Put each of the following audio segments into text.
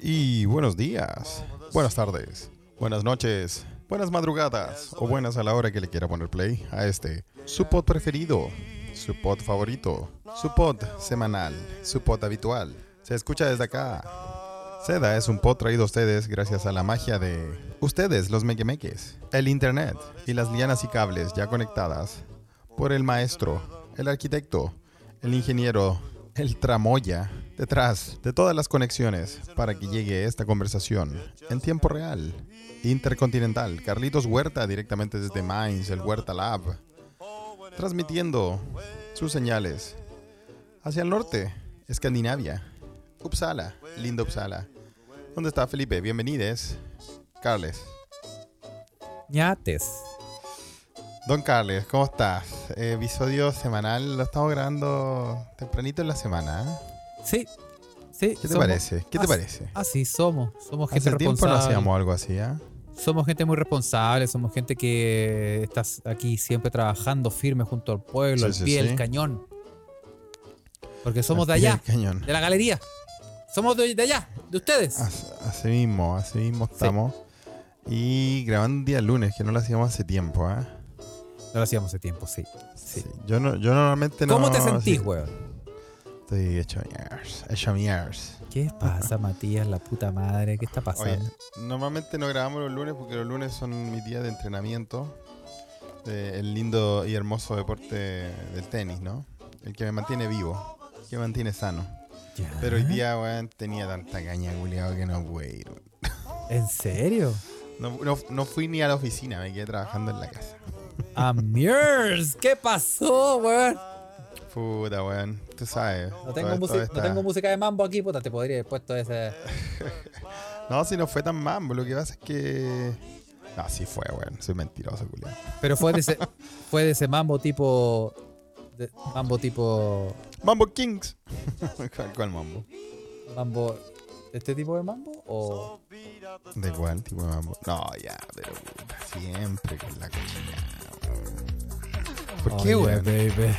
Y buenos días, buenas tardes, buenas noches, buenas madrugadas o buenas a la hora que le quiera poner play a este, su pod preferido, su pod favorito, su pod semanal, su pod habitual. Se escucha desde acá. Seda es un pod traído a ustedes gracias a la magia de ustedes, los mequemeques, el internet y las lianas y cables ya conectadas por el maestro, el arquitecto, el ingeniero, el tramoya detrás de todas las conexiones para que llegue esta conversación en tiempo real, intercontinental. Carlitos Huerta directamente desde Mainz, el Huerta Lab, transmitiendo sus señales hacia el norte, Escandinavia, Uppsala, lindo Uppsala. ¿Dónde está Felipe? Bienvenides. Carles. ñates. Don Carles, ¿cómo estás? Episodio semanal, lo estamos grabando tempranito en la semana. ¿eh? Sí, sí. ¿Qué te somos- parece? ¿Qué te Así- parece? Así somos. Somos gente Hace tiempo no responsable. hacíamos algo así, ¿ah? somos gente muy responsable. Somos gente que está aquí siempre trabando firme junto al pueblo, Sí, al sí, pie del sí. cañón. Porque somos de Al pie allá, del cañón. de la galería. Somos de, de allá, de ustedes. As- Así mismo, así mismo estamos. Y grabando un día lunes, que no lo hacíamos hace tiempo, ¿ah? No lo hacíamos hace tiempo, sí. Sí. Yo, no, yo normalmente no... ¿Cómo te sí, sentís, weón? Estoy hecho miers, hecho miers. ¿Qué pasa, Matías, la puta madre? ¿Qué está Oye, pasando? normalmente no grabamos los lunes porque los lunes son mi día de entrenamiento. de el lindo y hermoso deporte del tenis, ¿no? El que me mantiene vivo, el que me mantiene sano. Ya. Pero hoy día, weón, tenía tanta caña, culiado, que no pude ir, weón. ¿En serio? No, no- no fui ni a la oficina, me quedé trabajando en la casa. Amirs, ¿qué pasó, weón? Puta, weón, tú sabes. No todo tengo, esto música, está- no tengo música de mambo aquí, puta, te podría haber puesto ese. No, si no fue tan mambo, lo que pasa es que. No, sí fue, weón, soy mentiroso, culiado. Pero fue de ese, fue de ese mambo tipo. de- mambo tipo. ¡Mambo Kings! ¿Cuál, cuál mambo? Mambo. ¿Este tipo de mambo? ¿O ¿De cuál tipo de mambo? No, ya, pero puta, siempre con la cochinada, weón. ¿Por qué, Oh, yeah, weón? baby.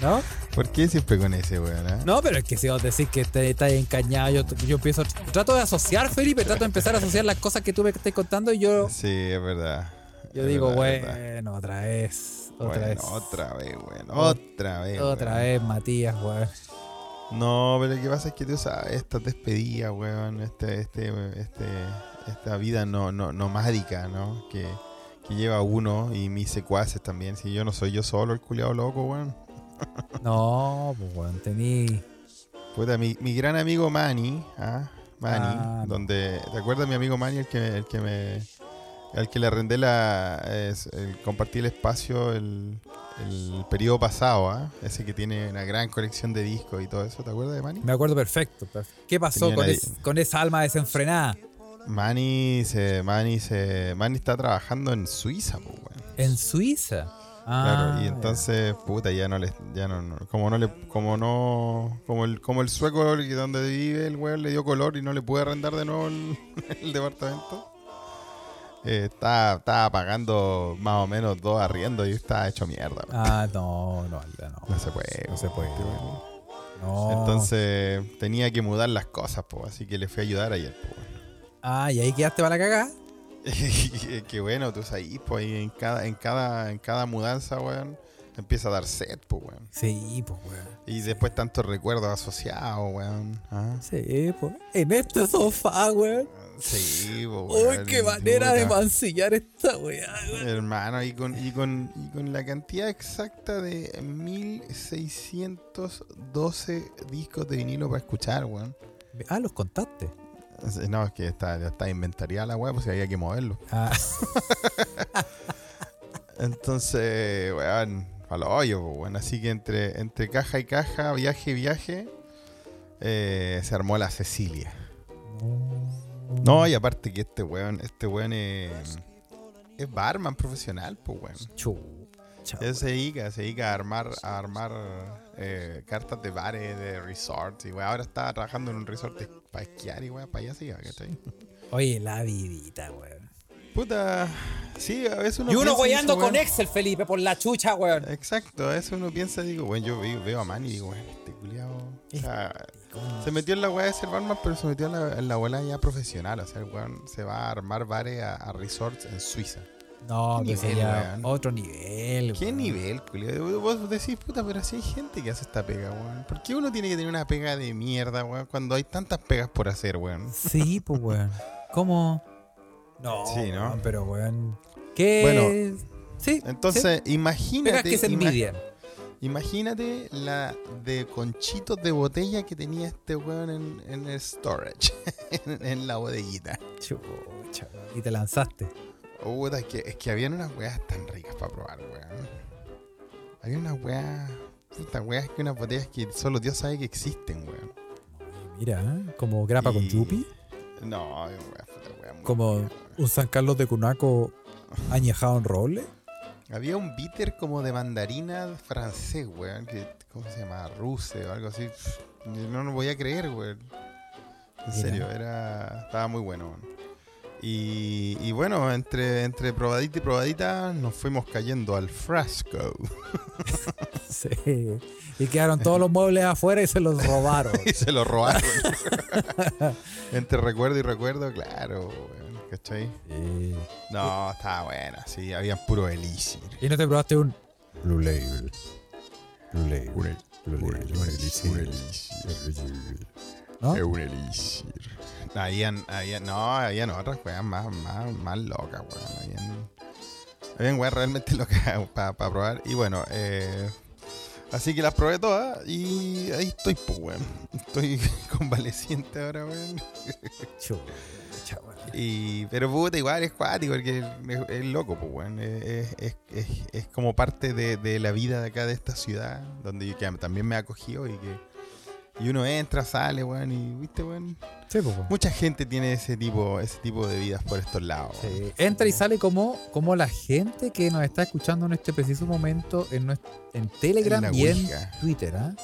¿No? ¿Por qué siempre con ese, weón? eh? No, pero es que si vos decís que te estás encañado, yo, yo empiezo. Trato de asociar, Felipe, trato de empezar a asociar las cosas que tú me estás contando y yo, Sí, es verdad. yo es digo, verdad, es verdad. bueno, otra vez. Otra Bueno, vez. Otra vez, weón. Ot- Otra vez. Otra weón. vez, Matías, weón. No, pero lo que pasa es que tú sabes, esta despedida, weón, este, este, este, esta vida no, no, nomádica, ¿no? Que, que lleva uno y mis secuaces también. Si yo no soy yo solo el culiado loco, weón. No, pues, weón, tení. Puta, mi, mi gran amigo Manny, ¿ah? Manny, Ah. donde, ¿te acuerdas mi amigo Manny, el que, el que me, al que le arrendé la, es- el, compartí el espacio el, el periodo pasado, ¿ah? Ese que tiene una gran colección de discos y todo eso, ¿te acuerdas de Manny? Me acuerdo perfecto. perf- ¿Qué pasó Tenía con, la- es- con esa alma desenfrenada? Manny se, Manny se, Manny está trabajando en Suiza, pues, weón. En Suiza. Ah, Claro, y entonces, puta, ya no le, ya no, no- como no le, como no, como el, como el sueco que donde vive el weón le dio color y no le pude arrendar de nuevo el, el departamento. eh, está, está pagando más o menos dos arriendos y está hecho mierda. weón. Ah, no, no, Alda, no. No se puede. No se puede. weón. No. Entonces tenía que mudar las cosas, pues, así que le fui a ayudar ayer, pues. weón. Ah, y ahí quedaste para la cagada. que bueno, tú sabes, pues ahí en cada, en cada, en cada mudanza, weón, empieza a dar sed, pues, weón. Sí, pues, weón. Y después tantos recuerdos asociados, weón. ¿Ah? Sí, pues. En este sofá, weón. Sí, pues, Uy, weón, qué manera de puta. mancillar esta weá, weón. Hermano, y con, y, con, y con la cantidad exacta de 1612 discos de vinilo para escuchar, weón. Ah, los contaste. No, es que está, ya está inventariada la weón, pues había que moverlo. Ah, Entonces, weón, a lo hoyo, po, weón. Así que entre, entre caja y caja, viaje y viaje, eh, se armó la Cecilia. No, y aparte que este weón, este weón es, es barman profesional, pues weón. chu. chao. Él se dedica, se dedica a armar, a armar eh, cartas de bares, de resorts, y weón, ahora está trabajando en un resort para esquiar y weón, para allá se iba, ¿cachai? Oye, la vidita, weón. Puta. Sí, a veces uno Y uno piensa y dice, weyando con weón, Excel, Felipe, por la chucha, weón. Exacto, a veces uno piensa, digo, bueno, yo veo, veo a Manny y digo, bueno, este culiao. O sea, se metió en la weá de ser barman, pero se metió en la, en la bola ya profesional. O sea, el weón se va a armar bares a, a resorts en Suiza. No, ¿Qué que nivel, sería weón? otro nivel. ¿Qué weón. nivel, culiao? Vos decís, puta, pero si hay gente que hace esta pega, weón. ¿Por qué uno tiene que tener una pega de mierda, weón, cuando hay tantas pegas por hacer, weón? Sí, pues, weón. ¿Cómo? No, Sí, ¿no? weón, pero, weón. ¿Qué? Bueno, sí. sí. Entonces, Pegas imagínate. que se ima- envidian. Imagínate la de conchitos de botella que tenía este weón en, en el storage, en, en la bodeguita. Chucha, weón. y te lanzaste. Puta, es que, es que habían unas weas tan ricas para probar, weón. Había unas weas, puta weas que unas botellas que solo Dios sabe que existen, weón. Mira, ¿eh? como grapa Y- con chupi, No, había weas, puta weas. muy como ricas, weón. un San Carlos de Cunaco añejado en roble. Había un bitter como de mandarina francés, weón. Que, ¿Cómo se llama? Ruse o algo así. Yo no lo voy a creer, weón. En Mira. serio, era. Estaba muy bueno, weón. Y, y bueno, entre, entre probadita y probadita nos fuimos cayendo al frasco. Sí. Y quedaron todos los muebles afuera y se los robaron. y se lo robaron. entre recuerdo y recuerdo, claro, weón. ¿Cachai? Sí. No, estaba bueno, sí. Había puro elixir. Y no te probaste un. Blue Label. Blue Label. Un, el- Blue un Label. elixir. Un elixir. Elixir. ¿no? Es un elixir. Habían, habían, no, habían otras weas más, más, más locas, weón. Habían, habían weas realmente locas para probar. Y bueno, eh, así que las probé todas y ahí estoy, pues, weón. Estoy convaleciente ahora, weón. Chucha, weón. Y, pero puta, igual es cuático, porque es, es loco, pues, weón. Es, es- es- es como parte de, de la vida de acá, de esta ciudad, donde yo, que también me ha acogido y que. Y uno entra, sale, weón, y viste, weón. Sí, pues, weón. Mucha gente tiene ese tipo, ese tipo de vidas por estos lados. Sí. Entra y sale como, como la gente que nos está escuchando en este preciso momento en, nues- en Telegram En la y en Ouija. Twitter. ¿ah?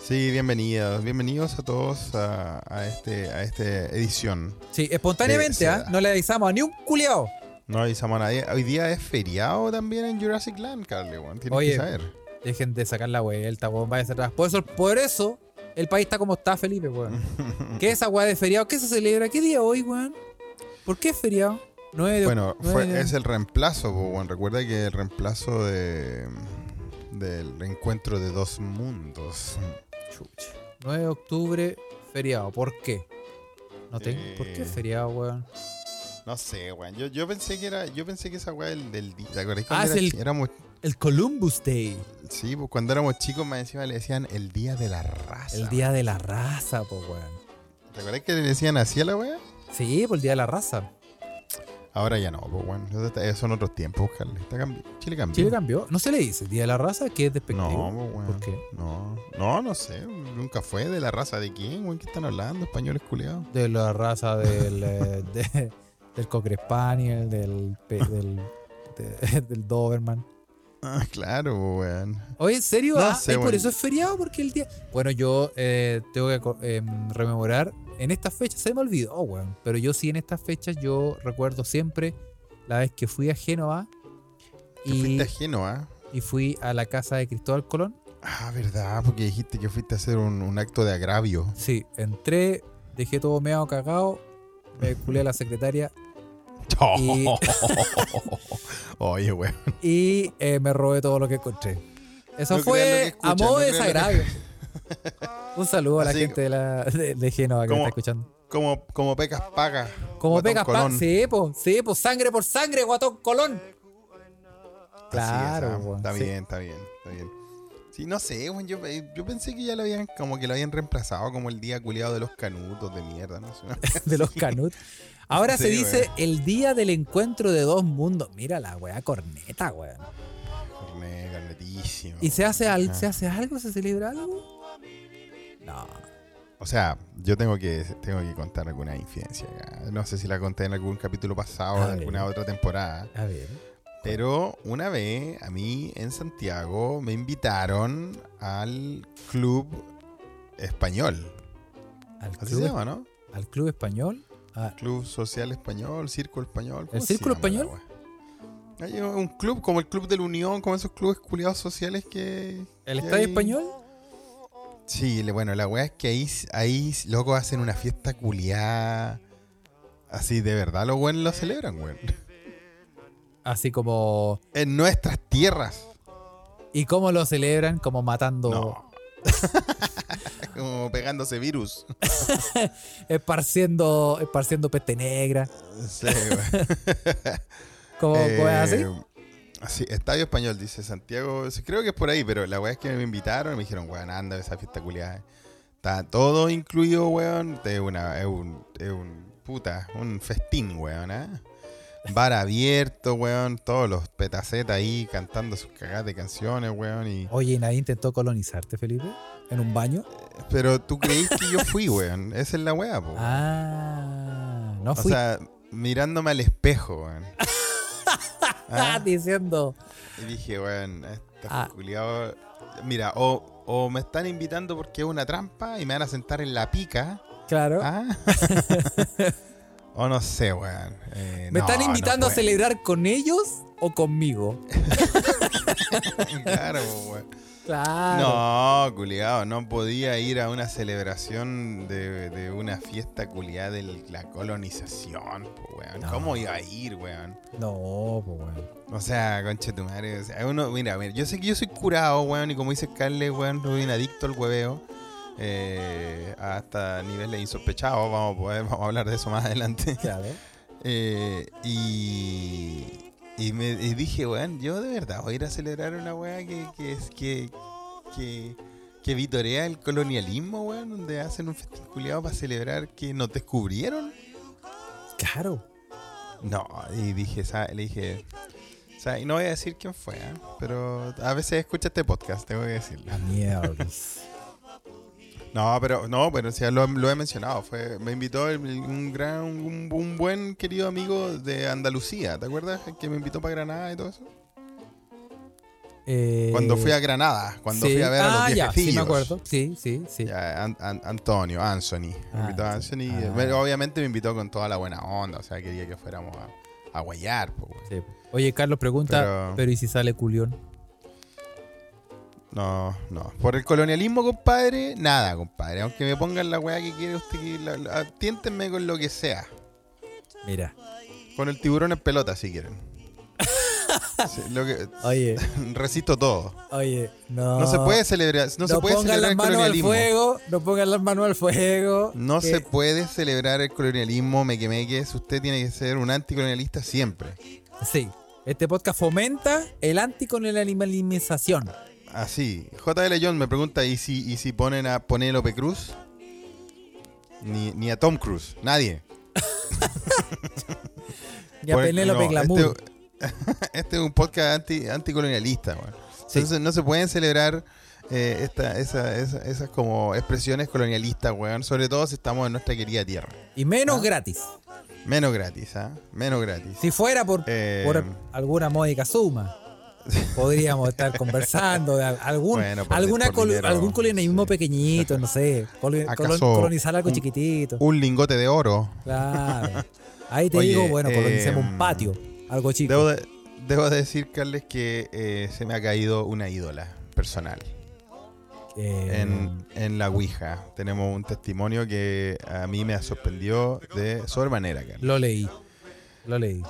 Sí, bienvenidos, bienvenidos a todos a, a este, a esta edición. Sí, espontáneamente, Sí, ¿ah? sí. no le avisamos a ni un culiao. No avisamos a nadie. Hoy día es feriado también en Jurassic Land, Carly, weón. Tienes Oye. que saber. Dejen de sacar la vuelta, weón, váyanse atrás. Por eso, por eso el país está como está, Felipe, weón. ¿Qué es esa weá de feriado? ¿Qué se celebra? ¿Qué día hoy, weón? ¿Por qué es feriado? 9 de Bueno, octubre. fue, es el reemplazo, po, weón. Recuerda que el reemplazo de del encuentro de dos mundos. 9 de octubre, feriado. ¿Por qué? No tengo. ¿Por qué Eh. feriado, weón? No sé, weón. Yo, yo pensé que era, yo pensé que esa weá del, del día. ¿Te acordás Ah, cuando es era- el- éramos El Columbus Day. Sí, pues cuando éramos chicos más encima le decían el día de la raza. El día de la raza, po, weón. ¿Te acuerdas que le decían así a la wea? Sí, por el día de la raza. Ahora ya no, pues bueno, eso está- son otros tiempos, Carly. Está cambi- Chile cambió. Chile cambió. No se le dice día de la raza, que es despectivo. No, pues bueno. ¿Por qué? No, no, no sé. Nunca fue de la raza de quién, weón. ¿Qué están hablando? Españoles culiados. De la raza del. eh, de- del Cocker Spaniel, del. pe- del de- del Doberman. Ah, claro, pues, weón. Oye, ¿en serio? No Ah, sé, ¿y por bueno. eso es feriado, porque el día. Bueno, yo eh, tengo que aco- em, rememorar. En estas fechas se me olvidó, weón. Pero yo sí, en estas fechas, yo recuerdo siempre la vez que fui a Génova Que y, fuiste a Génova. y fui a la casa de Cristóbal Colón. Ah, verdad, porque dijiste que fuiste a hacer un, un acto de agravio. Sí, entré, dejé todo meado cagado, me culé a la secretaria Y- Oye, weón. y eh, me robé todo lo que encontré. Eso No crean lo que fue escuchan, a modo no de crean lo que- desagravio. Un saludo a la Así- gente de, la, de, de Génova que me ¿Cómo? está escuchando. Como, como pecas pagas. Como Guatón pegas pan, Colón. sí, po, sí, po, sangre por sangre, guatón colón. Claro, Así es, ah, po, está sí. bien, está bien, está bien. Sí, no sé, weón, yo, eh, yo pensé que ya lo habían, como que lo habían reemplazado como el día culiado de los canutos de mierda, no sé. de los canut. Ahora Sí, se dice el día del encuentro de dos mundos. Mira la weá corneta, weón. Carne- carnetísimo. ¿Y se hace, al- Ajá. se hace algo? ¿Se celebra algo? No. O sea, yo tengo que, tengo que contar alguna infidencia acá. No sé si la conté en algún capítulo pasado, A de ver. alguna otra temporada. A ver. Pero una vez a mí en Santiago me invitaron al club español. Al Así se club, llama, ¿no? al club español. Ah. Club Social Español, Circo Español. ¿cómo ¿El se Círculo llama la Español? wea? Hay un club como el Club de la Unión, como esos clubes culiados sociales que. ¿El que Estadio hay. Español? Sí, le- bueno, la weá es que ahí, ahí loco hacen una fiesta culiada. Así, de verdad, los buenos lo celebran, weón. Así como. En nuestras tierras. ¿Y cómo lo celebran? Como matando. No. como pegándose virus. Esparciendo, esparciendo peste negra. Sí, weón. Como Eh, cosas así. sí, Estadio Español, dice Santiago. sí, Creo que es por ahí, pero la weá es que me invitaron y me dijeron, weón, anda a esa fiesta culiada. Está todo incluido, weón. Es una, es un, es un puta, un festín, weón, ¿eh? Bar abierto, weón, todos los petacetas ahí cantando sus cagadas de canciones, weón, y... Oye, ¿y nadie intentó colonizarte, Felipe? ¿En un baño? Pero tú creís que yo fui, weón. Esa es la weá, po. Ah, no Oh. o fui sea, mirándome al espejo, weón. Ah, Ah. diciendo. Y dije, weón, estos Ah. culiados- Mira, o, o me están invitando porque es una trampa y me van a sentar en la pica. Claro. ¿ah? o no sé, weón. Eh, ¿Me no, están no invitando a puede. celebrar con ellos o conmigo? claro, pues, weón. Claro. No, culiado, no podía ir a una celebración de, de una fiesta culiada de la colonización, po, weón. No. ¿Cómo iba a ir, weón? No, no pues bueno. O sea, conche tu madre. o sea, uno, mira, mira, yo sé que yo soy curado, weón, y como dice Carles, weón, soy un adicto al hueveo. eh, hasta niveles insospechados, vamos a poder, vamos a hablar de eso más adelante. Claro. Eh, y, y me y dije, weón, yo de verdad voy a ir a celebrar una weá que, que es que, que, que vitorea el colonialismo, weón, donde hacen un festín culiado para celebrar que nos descubrieron. Claro. No, y dije, sa- le dije, o sea, y no voy a decir quién fue, ¿ah? pero a veces escucha este podcast, tengo que decirlo. La mierda. No, pero no, pero sí, lo, lo he mencionado, fue me invitó el- un gran un, un buen querido amigo de Andalucía, ¿te acuerdas? El Que me invitó para Granada y todo eso. Eh, Cuando fui a Granada, cuando sí. fui a ver a Ah, los ya, viejecillos. sí, me acuerdo. Sí, sí, sí. Ya, An- An- Antonio, Anthony. Me Ah, invitó a Anthony. Anthony. Ah. Bueno, Obviamente me invitó con toda la buena onda. O sea, quería que fuéramos a, a guayar. pues, po, güey. Sí. Oye, Carlos pregunta, Pero- pero... ¿y si sale culión? No, no. Por el colonialismo, compadre, nada, compadre. Aunque me pongan la weá que quiere usted, que la- la- tiéntenme con lo que sea. Mira. Con el tiburón en pelota, si quieren. Sí, lo que- Oye, resisto todo. oye, no. No se puede celebrar, no, se puede Ah. pongan celebrar las el manos al colonialismo. fuego, no pongan las manos al fuego. Eh, No que- se puede celebrar el colonialismo, me quemé que es. Usted tiene que ser un anticolonialista siempre. Sí. Este podcast fomenta el anticolonialización. Así. JL John me pregunta, ¿y si, y si ponen a Penélope Cruz? Ni, ni a Tom Cruise, nadie. Ya Por- Pues, Penélope no, Glamour. Este, este es un podcast anti, anticolonialista, weón. Sí. Entonces no se pueden celebrar eh, esta- esa- esa- esas como expresiones colonialistas, weón. Sobre todo si estamos en nuestra querida tierra. Y ¿Ah? menos gratis. Menos gratis, ¿ah? Menos gratis. Si fuera por, Eh, por alguna módica suma, podríamos estar conversando de al- algún, Bueno, por- alguna por col- dinero, algún colonialismo sí. pequeñito, no sé. colo- ¿Acaso colon- colonizar algo un- chiquitito. Un lingote de oro. Claro. Ahí te Oye, digo, bueno, colonicemos em, un patio, algo chico. Debo, de- debo decir, Carles, que eh, se me ha caído una ídola personal. Eh, en, en la Ouija. Tenemos un testimonio que a mí me sorprendió de sobremanera, Carlos. Lo leí. Lo leí.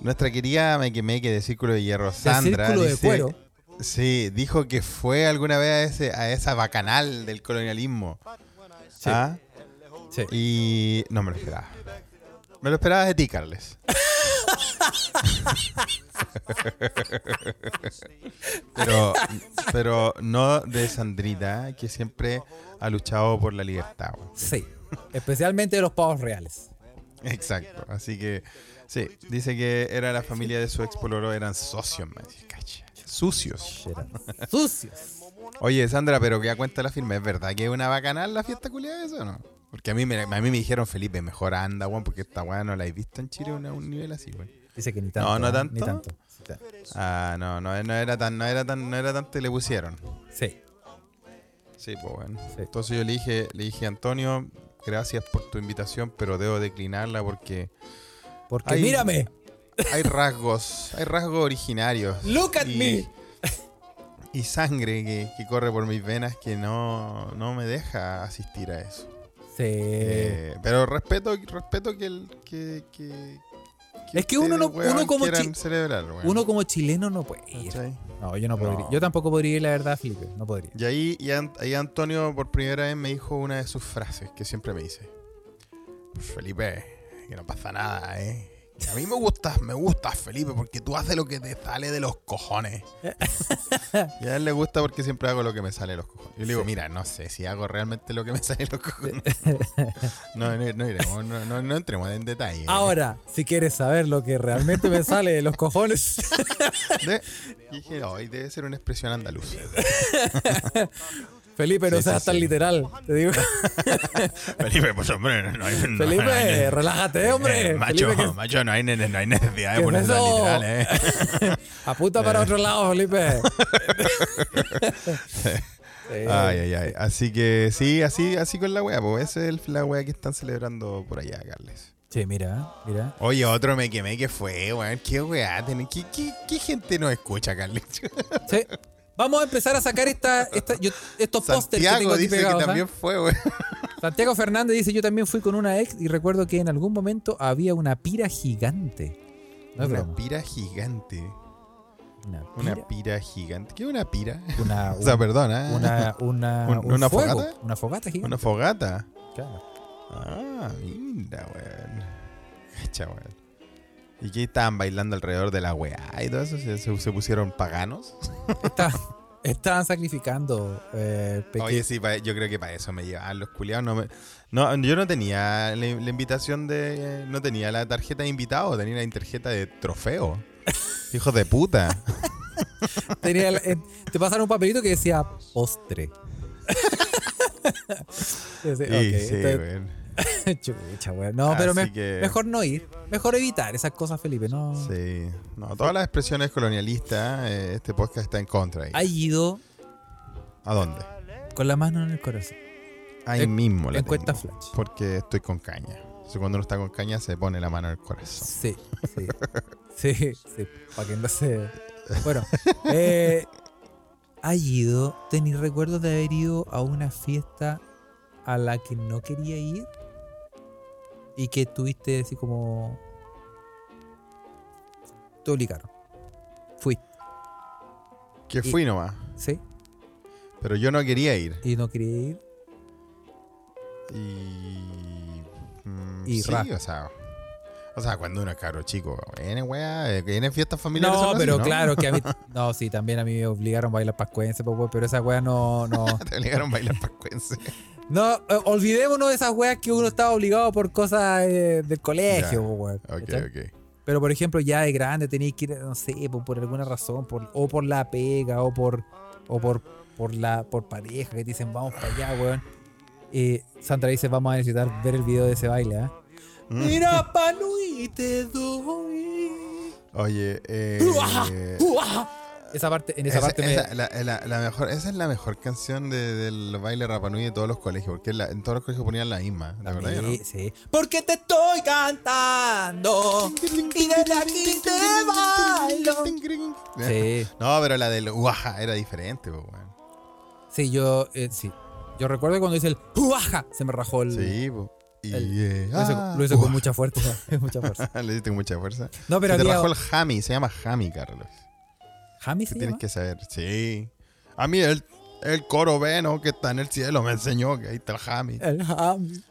Nuestra querida Mequemeque de Círculo de Hierro, El Sandra. círculo de dice- cuero. Sí, dijo que fue alguna vez a, ese, a esa bacanal del colonialismo. Sí. ¿Ah? Sí. Y no me lo esperaba. Me lo esperaba de ti, Carles. pero, pero no de Sandrita, que siempre ha luchado por la libertad. weón. Sí. Especialmente de los pavos reales. Exacto. Así que, sí, dice que era la familia de su ex pololo, eran socios, me dice, cacha, Sucios. Eran Sucios. Oye, Sandra, pero que a cuenta la firma, ¿es verdad que es una bacanal la fiesta culiada eso o no? Porque a mí, me, a mí me dijeron, Felipe, mejor anda, weón, porque esta weá no la he visto en Chile a un nivel así, weón. Dice que ni tanto. No, no ¿eh? tanto. Ni tanto. Ah, no, no, no era tan, no era tan, no era tanto y le pusieron. Sí. Sí, pues bueno. Sí. Entonces yo le dije, le dije, Antonio, gracias por tu invitación, pero debo declinarla porque Porque Ay. mírame, hay rasgos, hay rasgos originarios look at Y- me. y sangre que, que corre por mis venas que no, no me deja asistir a eso. Sí. Eh, pero respeto, respeto que el que, que- Es que uno no- ustedes, uno como quieran chi- celebrar, weón. Uno como chileno no puede ir. ¿Cachai? No, yo no No. podría. Yo tampoco podría ir, la verdad, Felipe. No podría. Y ahí, y an- ahí Antonio por primera vez me dijo una de sus frases que siempre me dice. Felipe, que no pasa nada, ¿eh? Que a mí me gustas, me gustas, Felipe, porque tú haces lo que te sale de los cojones. y a él le gusta porque siempre hago lo que me sale de los cojones. Yo le digo, mira, no sé si hago realmente lo que me sale de los cojones. no, no, no iremos, no, no- no entremos en detalle. ¿eh? Ahora, si quieres saber lo que realmente me sale de los cojones, De- y ¿Eh? dije, hoy debe ser una expresión andaluza. Felipe, no Sí, seas sí, tan sí. literal. Te digo, Felipe, pues hombre, no hay no- Felipe, no hay- relájate, hombre. Eh, macho, Felipe, que- macho, no hay, ne- no hay necesidad de ¿Qué ponerse es eso? literal, eh. apunta para otro lado, Felipe. Sí. Ay, ay, ay. Así que sí, así, así con la wea, pues esa es el- la wea que están celebrando por allá, Carles. Che, mira, mira. Oye, otro me quemé que fue, weón. Qué weá, tenés- ¿Qué, qué, qué gente nos escucha, Carles? Sí. Vamos a empezar a sacar esta, esta- yo- estos pósters que tengo Santiago aquí dice pegados, que ¿ah? también fue, weón. Santiago Fernández dice, yo también fui con una ex y recuerdo que en algún momento había una pira gigante. No es broma. Una pira gigante. Una Una pira. pira gigante. ¿Qué es una pira? Una, O sea, perdona. ¿eh? Ah, una, una, ¿Un- un una fuego, fogata? Una fogata gigante. Una fogata. claro. Ah, mira, weón. Cacha, weón. ¿Y qué estaban bailando alrededor de la weá y todo eso? ¿Se, se- se pusieron paganos? Está- estaban sacrificando eh, peque- Oye, sí, pa- yo creo que para eso me llevaban los culiados. No me- no, yo no tenía la, la invitación de... No tenía la tarjeta de invitado, tenía la tarjeta de trofeo. Hijos de puta. tenía el- eh, te pasaron un papelito que decía postre. Yo sé, Sí, ok, sí, entonces- weón. chucha, weón. No, Así pero me- que- mejor no ir. Mejor evitar esas cosas, Felipe. No. Sí. No, todas las expresiones colonialistas, eh, este podcast está en contra. ahí. Ha ido ¿A dónde? con la mano en el corazón. Ahí En- mismo la Encuesta tengo. flash. Porque estoy con caña. Entonces, cuando uno está con caña se pone la mano en el corazón. Sí, sí. sí, sí. Para que no se. Bueno, eh, ha ido. ¿Tenéis recuerdos de haber ido a una fiesta a la que no quería ir? Y que tuviste así como. Te obligaron. Fui, Que Y- fui nomás. ¿sí? Pero yo no quería ir. Y no quería ir. Y. mm, Y sí, ra. o sea. O sea, cuando uno es caro chico, viene weá, eh, viene fiestas familiares. No, son así, pero ¿no? claro que a mí. No, sí, también a mí me obligaron a bailar pascuense, po, weón, pero esa wea no. no Te obligaron a bailar pascuense. No, eh, olvidémonos de esas weas que uno estaba obligado por cosas eh, del colegio, Ya, po, weón, Ok, ¿cachai? ok. Pero por ejemplo, ya de grande tenéis que ir, no sé, po, por alguna razón, por- o por la pega, o por o por, por la por pareja que te dicen vamos para allá, weón. Eh, Sandra dice, vamos a necesitar ver el video de ese baile, ¿ah? Mm. Mira, panu y te doy. Oye, eh. Uaja, uaja. Esa parte, en esa, esa- parte me- esa- la, la- la mejor, esa es la mejor canción de- del baile Rapanui de todos los colegios, porque la- en todos los colegios ponían la misma, ¿de verdad? Sí, sí. Porque te estoy cantando. Y desde aquí te bailo. Sí, No, pero la del Uaja era diferente, pues, weón. sí, yo, eh, sí. Yo recuerdo cuando hice el ¡Uaja! Se me rajó el. Sí, pues. Y, Mm. el- eh, Lo hice, ah, lo hice con uaja. mucha fuerza. mucha fuerza. Le diste mucha fuerza. No, pero se te había. rajó el Jami, se llama Jami, Carlos. ¿Jami se Que tienes llama? que saber. Sí. A mí el, el coro veno que está en el cielo me enseñó que ahí está el Jami. El Jami.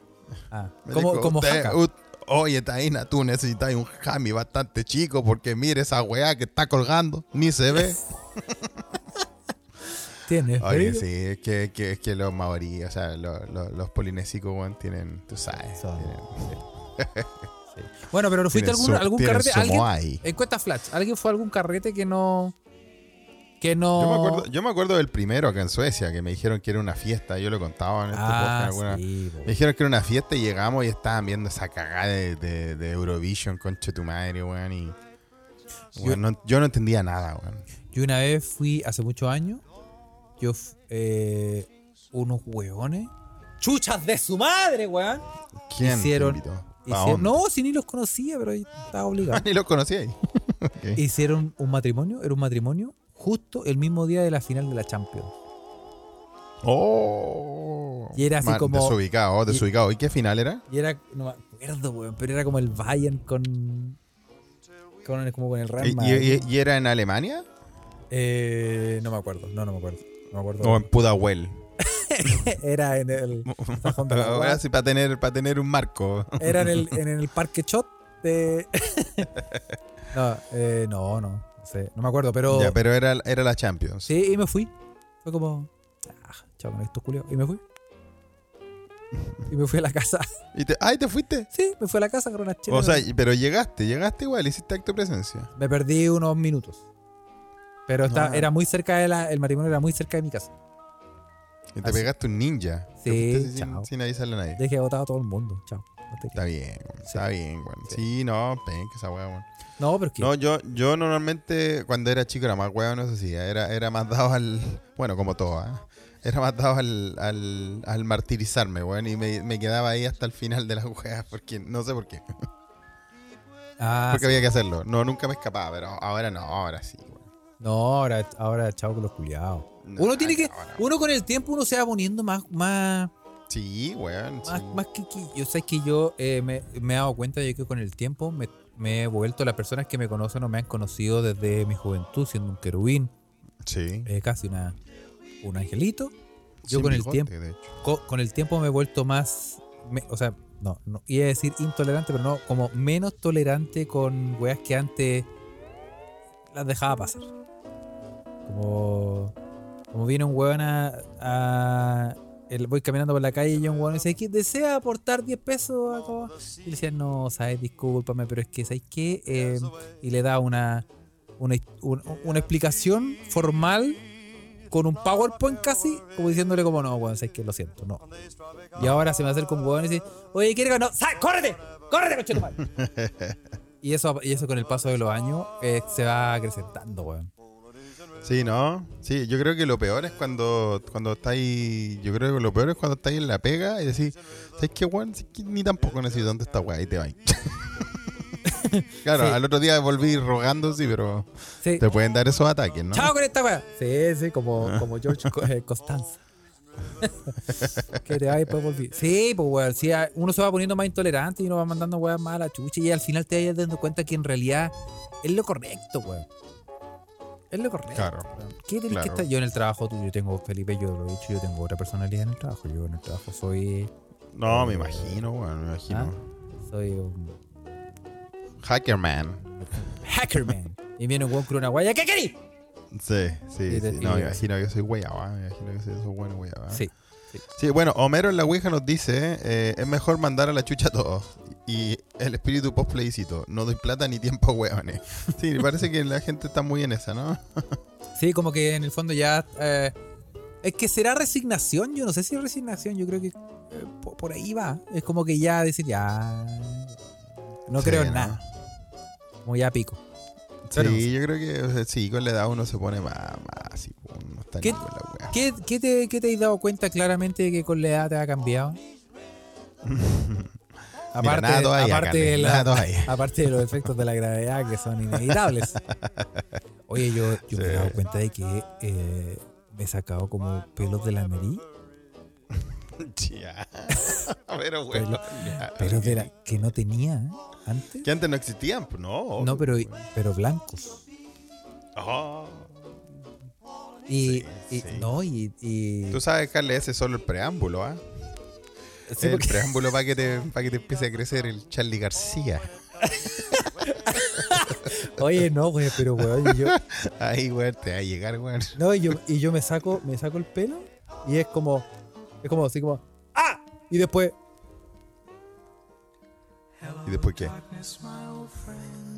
Ah, Me Eh, como, dijo, como "Usted- uh, jaca. ut- Oye, Taina, tú necesitas un Jami bastante chico porque mire esa weá que está colgando, ni se ve. Tienes. Oye, frío? sí, es que, que- es que los maorí, o sea, lo- lo- los polinésicos, weón, tienen, tú sabes. Son- tienen- Bueno, pero ¿no fuiste a tienen algún, su- algún tienen carrete? su ¿Alguien? moai. Encuesta Flash. ¿Alguien fue a algún carrete que no. Que no. Yo me, acuerdo, yo me acuerdo del primero acá en Suecia, que me dijeron que era una fiesta. Yo lo contaba en este podcast Ah, alguna- sí, po. Me dijeron que era una fiesta y llegamos y estaban viendo esa cagada de, de- de Eurovision, conche tu madre, weón. Y, weón, no- yo no entendía nada, weón. Yo una vez fui, hace muchos años, yo, f- eh, unos hueones chuchas de su madre, weón. ¿Quién Hicieron- te invitó? Hicieron- ¿A dónde? no, si ni los conocía, pero ahí estaba Ah, obligado. ni lo conocí ahí. Ok. Hicieron un matrimonio, era un matrimonio, justo el mismo día de la final de la Champions. Oh. Y era así Man, como- Desubicado, desubicado. ¿Y qué final era? Y era, no me acuerdo, weón, pero era como el Bayern con. con el- como con el Real ¿Y, Madrid. y- y- y era en Alemania? Eh, no me acuerdo, no, no me acuerdo. No me acuerdo. ¿O en Pudahuel? era en el. Sajón de la Ahora Guada. sí, para tener, para tener un marco. Era en el, en el Parque Chot de. no, eh, no, no. No, sé, no me acuerdo, pero. Ya, pero era, era la Champions. Sí, y me fui. Fue como. Ah, chao con estos culiados. Y me fui. Y me fui a la casa. Y te, ¡Ay, te fuiste! Sí, me fui a la casa con una chela. O sea, y- pero llegaste, llegaste igual, hiciste acto de presencia. Me perdí unos minutos. Pero está, Ah. era muy cerca de la, el matrimonio era muy cerca de mi casa. Y te Así. pegaste un ninja. Te Sí, fuiste así chao. sin, sin avisarle a nadie. Dejé agotado a todo el mundo. Chao. No, te Está bien, weón, está bien, weón. Sí. Sí, no, pen, que esa weá, weón. creo. no pero es que. No, yo, yo normalmente cuando era chico era más weón, no sé si, era, era más dado al. Bueno, como todo, ¿ah? Era más dado al, al, al martirizarme, weón. Y me, me quedaba ahí hasta el final de las weas, porque no sé por qué. ah, porque había que hacerlo. No, nunca me escapaba, pero ahora no, ahora sí, weón. sí. no ahora, ahora chao con los culiados. No, uno tiene que. ahora- Uno con el tiempo uno se va poniendo más. más Sí, weón. sí. Más, más que, que- yo sé que yo eh, me, me he dado cuenta de que con el tiempo me, me he vuelto, las personas que me conocen o me han conocido desde mi juventud, siendo un querubín, Sí. eh, casi una, un angelito, yo Sin con el bigote, tiempo- de hecho. co- con el tiempo me he vuelto más, me- o sea, no, no, iba a decir intolerante, pero no, como menos tolerante con weas que antes las dejaba pasar. Como, como viene un weón a... a- el- voy caminando por la calle y un weón me dice, "¿Qué- ¿desea aportar 10 pesos? a todo?" Y le decía, no, sabes, discúlpame, pero es que, ¿sabes qué? Eh, y le da una, una, un- una explicación formal con un PowerPoint casi, como diciéndole como, no, weón, sabes que lo siento, no. Y ahora se me acerca un weón y dice, oye, ¿quieres ganar? ¡Sal, córrete! ¡Córrete, conchetumal! y, eso, y eso con el paso de los años eh, se va acrecentando, weón. Sí, ¿no? Sí, yo creo que lo peor es cuando, cuando estáis. Yo creo que lo peor es cuando estáis en la pega y decís, ¿sabes qué, weón? Si es que ni tampoco necesito tanta esta weá y te vais. claro, Sí. al otro día volví rogando, sí, pero Sí. te pueden dar esos ataques, ¿no? ¡Chao con esta weá! Sí, sí, como, como George Co- eh, Costanza. que te vayas pues volver. Sí, pues weón. sí, a- uno se va poniendo más intolerante y uno va mandando weas más a la chucha y al final te vas dando cuenta que en realidad es lo correcto, weón. Es lo correcto. Claro. weón. ¿Qué tenés que Claro. estar? Yo en el trabajo, tú, yo tengo, Felipe, yo lo he dicho, yo tengo otra personalidad en el trabajo. Yo en el trabajo soy. No, me imagino, weón, me imagino. Soy un ¿Ah? Hackerman. hackerman. y viene un weón con una guaya. ¿Qué querís? Sí, Y sí, te- sí. y No, me te- imagino que soy weyaba, me imagino que soy esos buenos weyaba. Sí. Sí, bueno, Homero en la Ouija nos dice, eh, es mejor mandar a la chucha a todos. Y el espíritu post-plebiscito, no doy plata ni tiempo, hueones. Sí, parece que la gente está muy en esa, ¿no? Sí, como que en el fondo ya. eh, es que será resignación, yo no sé si es resignación, yo creo que eh, po- por, ahí va. Es como que ya decir, ya. No Sí, creo en nada, como ya pico. Pero no Sí, yo creo que o sea, sí, con la edad uno se pone más, más así, pues, no está ¿Qué- ni con la wea. ¿Qué, qué te, ¿Qué te has dado cuenta claramente de que con la edad te ha cambiado? Mira, Aparte, nada todavía, aparte, Carmen, de la- nada todavía. aparte de los efectos de la gravedad que son inevitables. Oye, yo, yo me he Sí. dado cuenta de que eh, me he sacado como pelos de la nariz. Ya. Pero bueno. ya. Pelos de la, que no tenía antes. Que antes no existían, pues, no. No, obvio, pero, pues, pero blancos. Oh. Y, Sí, y- sí. no, y. y- Tú sabes, Carles, ese es solo el preámbulo, ¿ah? sí, el porque- preámbulo para que, te, para que te empiece a crecer el Charlie García. oye, no, güey, pero güey, yo, Ahí, weón, te va a llegar, weón. no, y yo, y yo me saco, me saco el pelo y es como. Es como así como. ¡Ah! Y después. ¿Y después qué?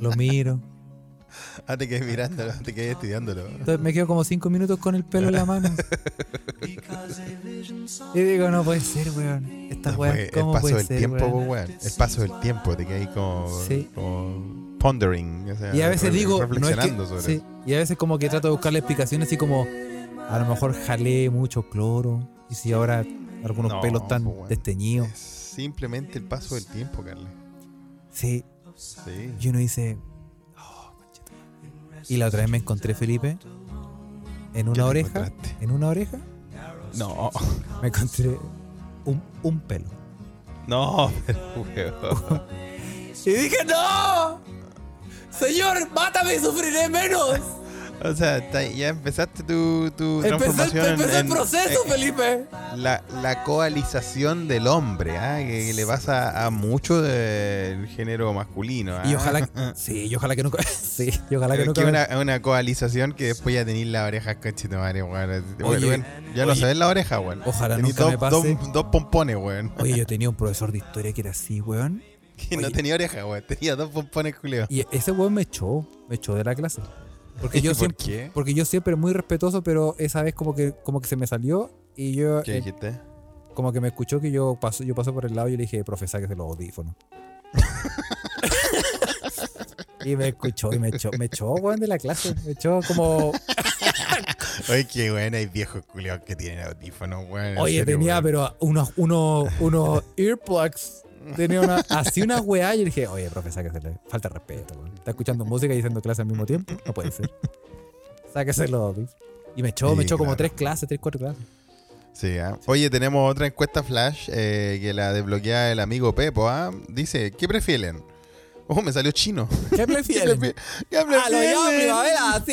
Lo miro. Ah, te quedé mirándolo, te quedé estudiándolo. Entonces me quedo como cinco minutos con el pelo en la mano. Y digo, no puede ser, weón. Esta Fue weón, el ¿cómo paso puede del ser, tiempo, pues, weón? weón. El paso del tiempo, te quedé ahí como, Sí. como pondering. o sea, Y a veces re- digo, no es que- Reflexionando sobre sí, eso. y a veces como que trato de buscarle explicaciones así como, a lo mejor jalé mucho cloro, y si ahora algunos No, pelos tan pues, bueno. desteñidos. Es simplemente el paso del tiempo, Carly. Sí, Sí. y uno dice. "Oh, conchetumare". y la otra vez me encontré, Felipe, en ¿Qué te una oreja. encontraste? En una oreja No, me encontré un, un pelo. no, pero, weón. Y dije, ¡No! Señor, mátame y sufriré menos. O sea, ta- ya empezaste tu, tu Empezó el, transformación. en- empezó el en- proceso, eh, Felipe. la, la coalización del hombre, ah, que, que le pasa a mucho del género masculino. ah. Y ojalá. Sí, y ojalá que nunca. Sí, y ojalá que Pero nunca. que una, una coalización que después ya tenéis las orejas conchito madre, weón. Bueno, Oye, bueno, ya lo oye. sabéis la oreja, weón. Ojalá Tenís nunca dos, me pase. dos- dos pompones, weón. Oye, yo tenía un profesor de historia que era así, weón. Que no Oye. tenía oreja, weón. Tenía dos pompones, culeo. Y ese weón me echó, me echó de la clase. Porque yo ¿Por siempre, qué? porque yo siempre muy respetuoso, pero esa vez como que, como que se me salió y yo ¿Qué eh, dijiste? como que me escuchó que yo paso, yo paso por el lado y yo le dije, profe, sáquese los audífonos. y me escuchó y me echó, me echó, weón, de la clase. Me echó como, Oye, qué weón, hay viejos culeos que tienen audífonos, weón. en oye, serio, tenía, weón. pero unos, unos, unos earplugs. Tenía una, así una weá y yo dije, oye, profe, sáqueselo. Falta de respeto, weón. Está escuchando música y haciendo clase al mismo tiempo. No puede ser. Sáqueselo, weón. Y me echó, Sí, me echó como claro. tres clases, tres, cuatro clases. Sí, ah. Oye, tenemos otra encuesta flash eh, que la desbloquea el amigo Pepo, ¿ah? Dice, ¿qué prefieren? Oh, me salió chino. ¿Qué ¿Qué, prefieren? prefi- ¿Qué A Ah, lo prefieren? llamo primavera,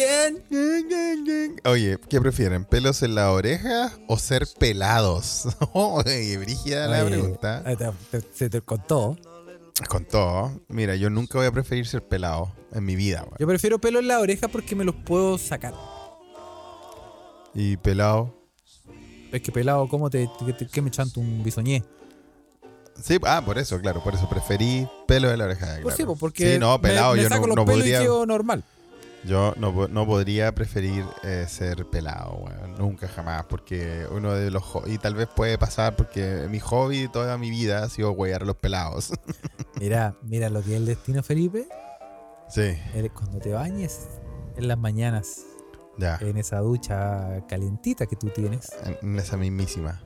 100. Oye, ¿qué prefieren? ¿Pelos en la oreja o ser pelados? Oye, brígida la Oye, pregunta. ahí te- te- Se te contó. Con todo. Mira, yo nunca voy a preferir ser pelado en mi vida, weón. Yo prefiero pelo en la oreja porque me los puedo sacar. Y pelado. Es que pelado, ¿cómo te, te- te- que me chanto un bisoñé? Sí, ah, por eso, claro, por eso preferí pelo en la oreja. Pues claro. sí, pues, porque Sí, no, me- pelado, me, yo saco no, los no pelos y podría. quedo normal. Yo no, po- no podría preferir eh, ser pelado, weón. Nunca jamás, porque uno de los... ho- Y tal vez puede pasar porque mi hobby toda mi vida ha sido huear a los pelados. Mira, mira lo que es el destino, Felipe. sí, El- cuando te bañes en las mañanas, ya. en esa ducha calentita que tú tienes, En- en esa mismísima.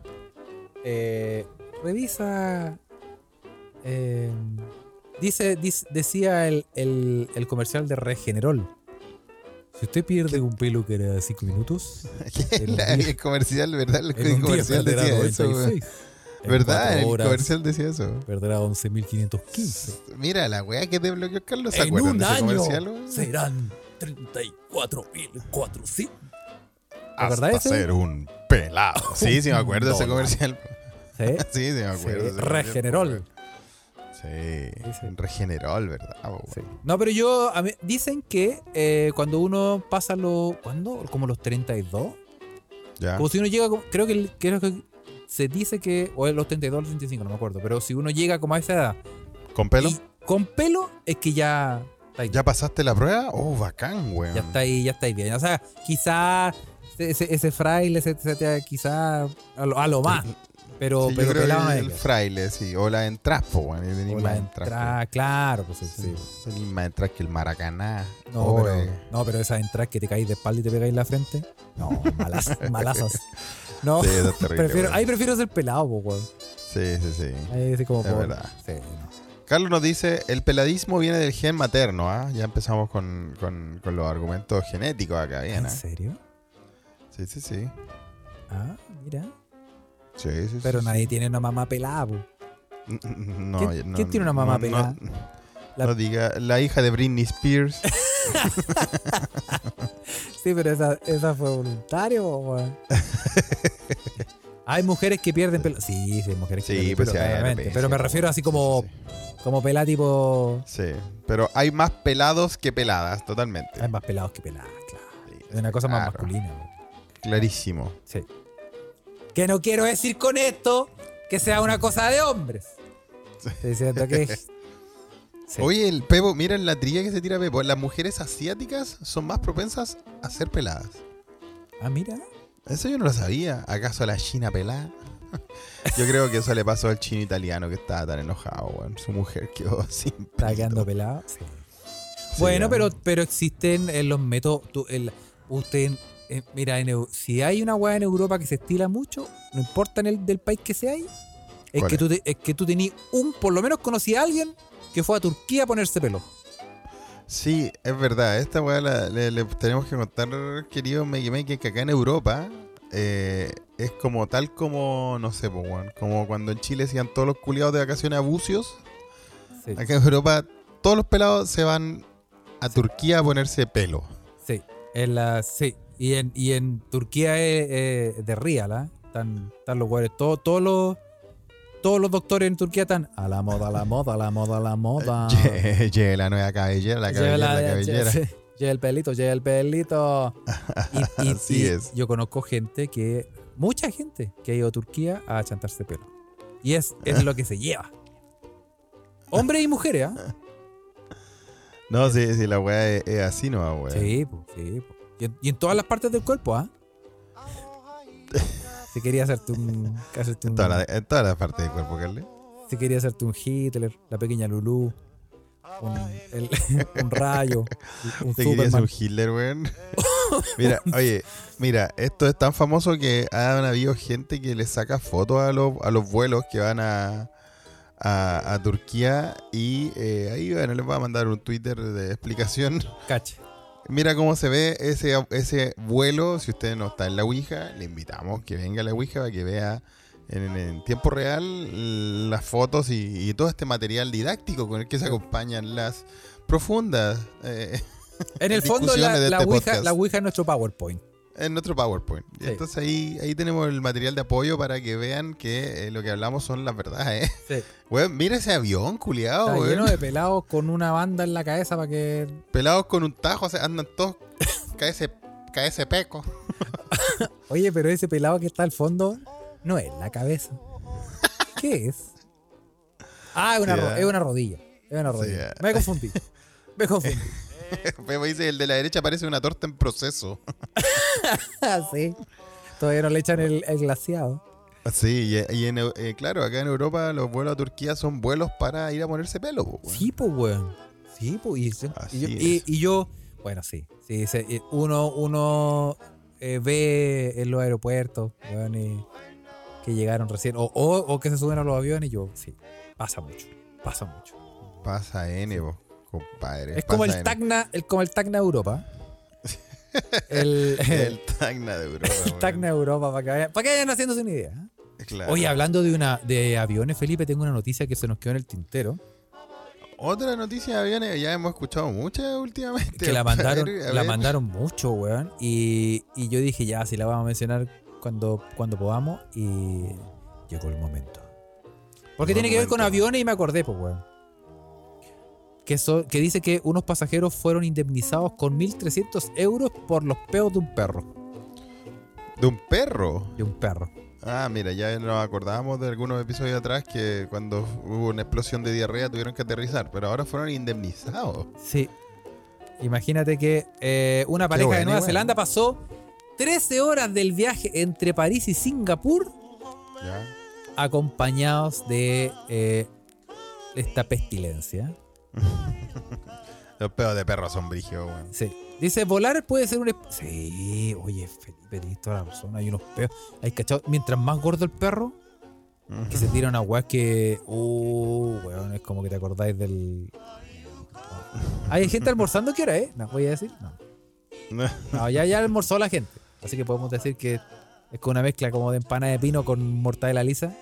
eh, revisa. eh, dice, dis- decía el, el- el comercial de Regenerol. Si usted pierde un pelo que era 5 minutos, Que En la- un día- el comercial, ¿verdad? El, en un día comercial perderá decía eso, güey. 96, en ¿Verdad? cuatro El horas comercial decía eso. Perderá 11.515. Mira, la weá que desbloqueó Carlos. ¿Se En acuerdan un de ese año comercial, güey? serán 34.400. Hasta ¿Verdad ese? ser un pelado. Sí, sí me acuerdo de ese Dólar. comercial. Sí, Sí, sí me sí, acuerdo. de ese Regenerol. comercial. Sí, Sí. Regenerol, ¿verdad? Ah, po, güey? Sí. No, pero yo. a mí- dicen que eh, cuando uno pasa los. ¿Cuándo? Como los 32. Ya. Como si uno llega. como- Creo que, el- creo que se dice que. O los 32 o los 35, no me acuerdo. Pero si uno llega como a esa edad. ¿Con pelo? y con pelo, es que ya. está ahí. ¿Ya pasaste la prueba? Oh, bacán, güey. Ya está ahí, ya está ahí bien. O sea, quizá ese, ese fraile, ese, ese te- quizá a lo, a lo más. Pero, Sí, yo pero creo pelado no que hay el que- fraile, sí. O la entraspo, güey. o Tenía la más entradas. entrada, claro, pues sí, sí. Tenía más entradas que el Maracaná. No, Oh, pero, eh. no, pero esas entradas que te caís de espalda y te pegáis en la frente. No, malas, malazas. No, Sí, eso es terrible, prefiero, güey. ahí prefiero ser pelado, po, weón. Sí, sí, sí. Ahí así como Es por- verdad. sí, no. Carlos nos dice, el peladismo viene del gen materno, ¿ah? Ya empezamos con, con- con los argumentos genéticos acá, bien, ¿En ¿ah? serio? Sí, sí, sí. Ah, mira. Sí, sí, sí, Pero sí. nadie tiene una mamá pelada, pues, po. N- n- no, ¿Quién- no, quién tiene una mamá no, pelada? No, La- no diga, la hija de Britney Spears. Sí, pero esa, esa fue voluntaria, po, weón. Hay mujeres que pierden pelo. Sí, sí, hay mujeres que Sí, pierden pues pelo. sí, hay claramente. alopecia, pero me refiero así sí, como, sí, sí. como pelada tipo. Sí, pero hay más pelados que peladas, totalmente. Hay más pelados que peladas, claro. Sí, Es una cosa más claro, masculina, weón. Clarísimo. Sí. Que no quiero decir con esto que sea una cosa de hombres. Estoy diciendo que. Sí. Oye, el Pepo, mira la trilla que se tira Pepo. Las mujeres asiáticas son más propensas a ser peladas. Ah, mira. Eso yo no lo sabía. ¿Acaso la China pelada? Yo creo que eso le pasó al chino italiano que estaba tan enojado, weón. Su mujer quedó sin Está quedando pelito. pelado. Sí. Sí, Bueno, ah. pero, pero existen eh, los métodos. tú, el- usted eh, mira, en Eu- si hay una weá en Europa que se estila mucho, no importa en el del país que sea, es ¿Cuál que, es? tú te- es que tú tenías un, por lo menos conocí a alguien que fue a Turquía a ponerse pelo. Sí, es verdad. Esta weá la- le, le tenemos que contar, querido Meki Meki, que acá en Europa eh, es como tal como, no sé, po, weón, como cuando en Chile se iban todos los culiados de vacaciones a bucios. Sí, Acá en Europa todos los pelados se van a Turquía a ponerse pelo. sí. En la, sí. Y, en, y en Turquía es eh, de real, ¿ah? Están, están los weones, todo- todos los... Todos los doctores en Turquía están a la moda, a la moda, a la moda, a Eh, la moda. Ye- ye, la nueva cabellera, la Lleva cabellera, la, Ah. la- cabellera. lle- sí, lleva el pelito, lleva el pelito. Y, y- Así y es. Yo conozco gente que, mucha gente que ha ido a Turquía a chantarse pelo. Y es, es lo que se lleva. Hombres y mujeres, ¿ah? No, sí, sí, la weá es, es así, no, weón. Sí, po, sí. po. Y, en- y en todas las partes del cuerpo, ¿ah? Si quería hacerte un. hacerte En un- todas las en todas las partes del cuerpo, Carly. si quería hacerte un Hitler, la pequeña Lulú, un, el- un rayo, un Te quería ser Superman. un Hitler, weón. mira, oye, mira, esto es tan famoso que han habido gente que le saca fotos a los, a los vuelos que van a, a, a Turquía y eh, ahí, bueno, les voy a mandar un Twitter de explicación. Cacha. Mira cómo se ve ese, ese vuelo. Si usted no está en la Ouija, le invitamos que venga a la Ouija para que vea en, en tiempo real las fotos y, y todo este material didáctico con el que se acompañan las profundas eh, En el fondo, la, Discusiones de la este Ouija, podcast. la Ouija es nuestro PowerPoint. en nuestro PowerPoint. Y Sí. Entonces ahí, ahí tenemos el material de apoyo para que vean que eh, lo que hablamos son las verdades. ¿eh? Sí. Weón, mira ese avión, culiado. Está lleno de pelados con una banda en la cabeza para que. Pelados con un tajo, o sea, andan todos. cae ese, cae ese peco. Oye, pero ese pelado que está al fondo no es la cabeza. ¿Qué es? Ah, es una, Sí, ro- ah. es una rodilla. Es una rodilla. ah. Me confundí. Me confundí. Pero dice, el de la derecha parece una torta en proceso. Ah, sí. Todavía no le echan el, el glaciado. Sí, y, y en Eu- eh, claro, acá en Europa los vuelos a Turquía son vuelos para ir a ponerse pelo. po, weón. Sí, pues, weón. Sí, pues. Y, se- y Así yo, es. y- y yo- bueno, sí. sí se- eh, uno uno eh, ve en los aeropuertos, weón, y que llegaron recién, o, o, o que se suben a los aviones, yo, sí. Pasa mucho, pasa mucho. Pasa N, po, compadre. Es como Eh, pasa el N. Tacna, el, como el Tacna Europa. El, el El Tacna de Europa. weón. Tacna Europa, para que vayan, para que vayan haciéndose una idea. ¿eh? Claro. Oye, hablando de una de aviones, Felipe, tengo una noticia que se nos quedó en el tintero. Otra noticia de aviones, ya hemos escuchado muchas últimamente. que la compadre. mandaron, A la ver, mandaron mucho, weón. Y, y yo dije, ya, si la vamos a mencionar cuando, cuando podamos. Y llegó el momento. Porque Llegó tiene el que ver con momento. aviones y me acordé, pues, weón. Que, so- que dice que unos pasajeros fueron indemnizados con 1.300 euros por los peos de un perro. De un perro. De un perro. Ah, mira, ya nos acordábamos de algunos episodios atrás que cuando hubo una explosión de diarrea tuvieron que aterrizar, pero ahora fueron indemnizados. Sí. Imagínate que eh, una pareja buena de Nueva igual. Zelanda pasó 13 horas del viaje entre París y Singapur Ya. acompañados de eh, esta pestilencia. Los pedos de perro son brígidos, weón. Sí. Dice, volar puede ser un... esp- Sí, oye, Felipe, tienes toda la razón. Hay unos peos. Hay cachado. Mientras más gordo el perro, que se tira una weá que... Uh, weón, es como que te acordáis del... Hay gente almorzando, ¿qué hora es? No, voy a decir, no. No, ya, ya almorzó la gente. Así que podemos decir que es con una mezcla como de empanada de pino con mortadela lisa.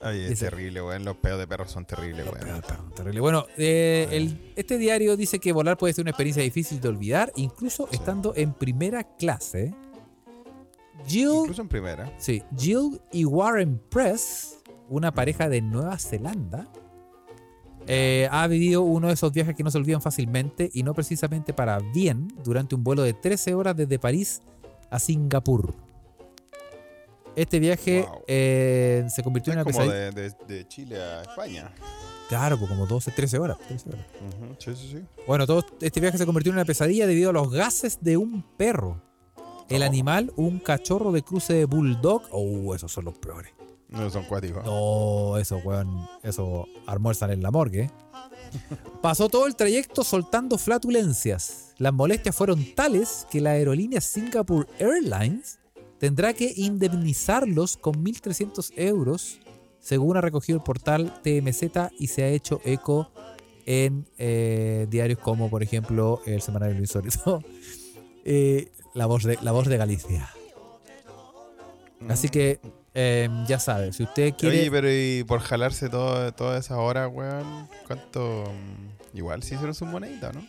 Ay, es Dice- terrible, weón. Los pedos de perros son terribles, Pero, weón. pero, pero, Ah, terrible. Bueno, eh, el- este diario dice que volar puede ser una experiencia difícil de olvidar, incluso estando en primera clase. Jill, Incluso en primera. sí, Jill y Warren Press, una pareja de Nueva Zelanda, eh, ha vivido uno de esos viajes que no se olvidan fácilmente y no precisamente para bien durante un vuelo de 13 horas desde París a Singapur. Este viaje Wow. eh, se convirtió Es en una como pesadilla. de, de- de Chile a España. Claro, pues como 12, 13 horas. 13 horas. Ujú, Sí, sí, sí. Bueno, todo este viaje se convirtió en una pesadilla debido a los gases de un perro. El No. animal, un cachorro de cruce de bulldog. Oh, esos son los peores. No son cuáticos. Oh, No, esos weón, esos almuerzan en la morgue. Pasó todo el trayecto soltando flatulencias. Las molestias fueron tales que la aerolínea Singapore Airlines tendrá que indemnizarlos con 1.300 euros, según ha recogido el portal TMZ y se ha hecho eco en eh, diarios como, por ejemplo, el Semanario Luis Sorito, eh, la, voz de, la voz de Galicia. Así que eh, ya sabes, si usted quiere... Oye, pero y por jalarse todo, toda esa hora, weón, ¿cuánto? mm, Igual si hicieron su monedita, ¿no?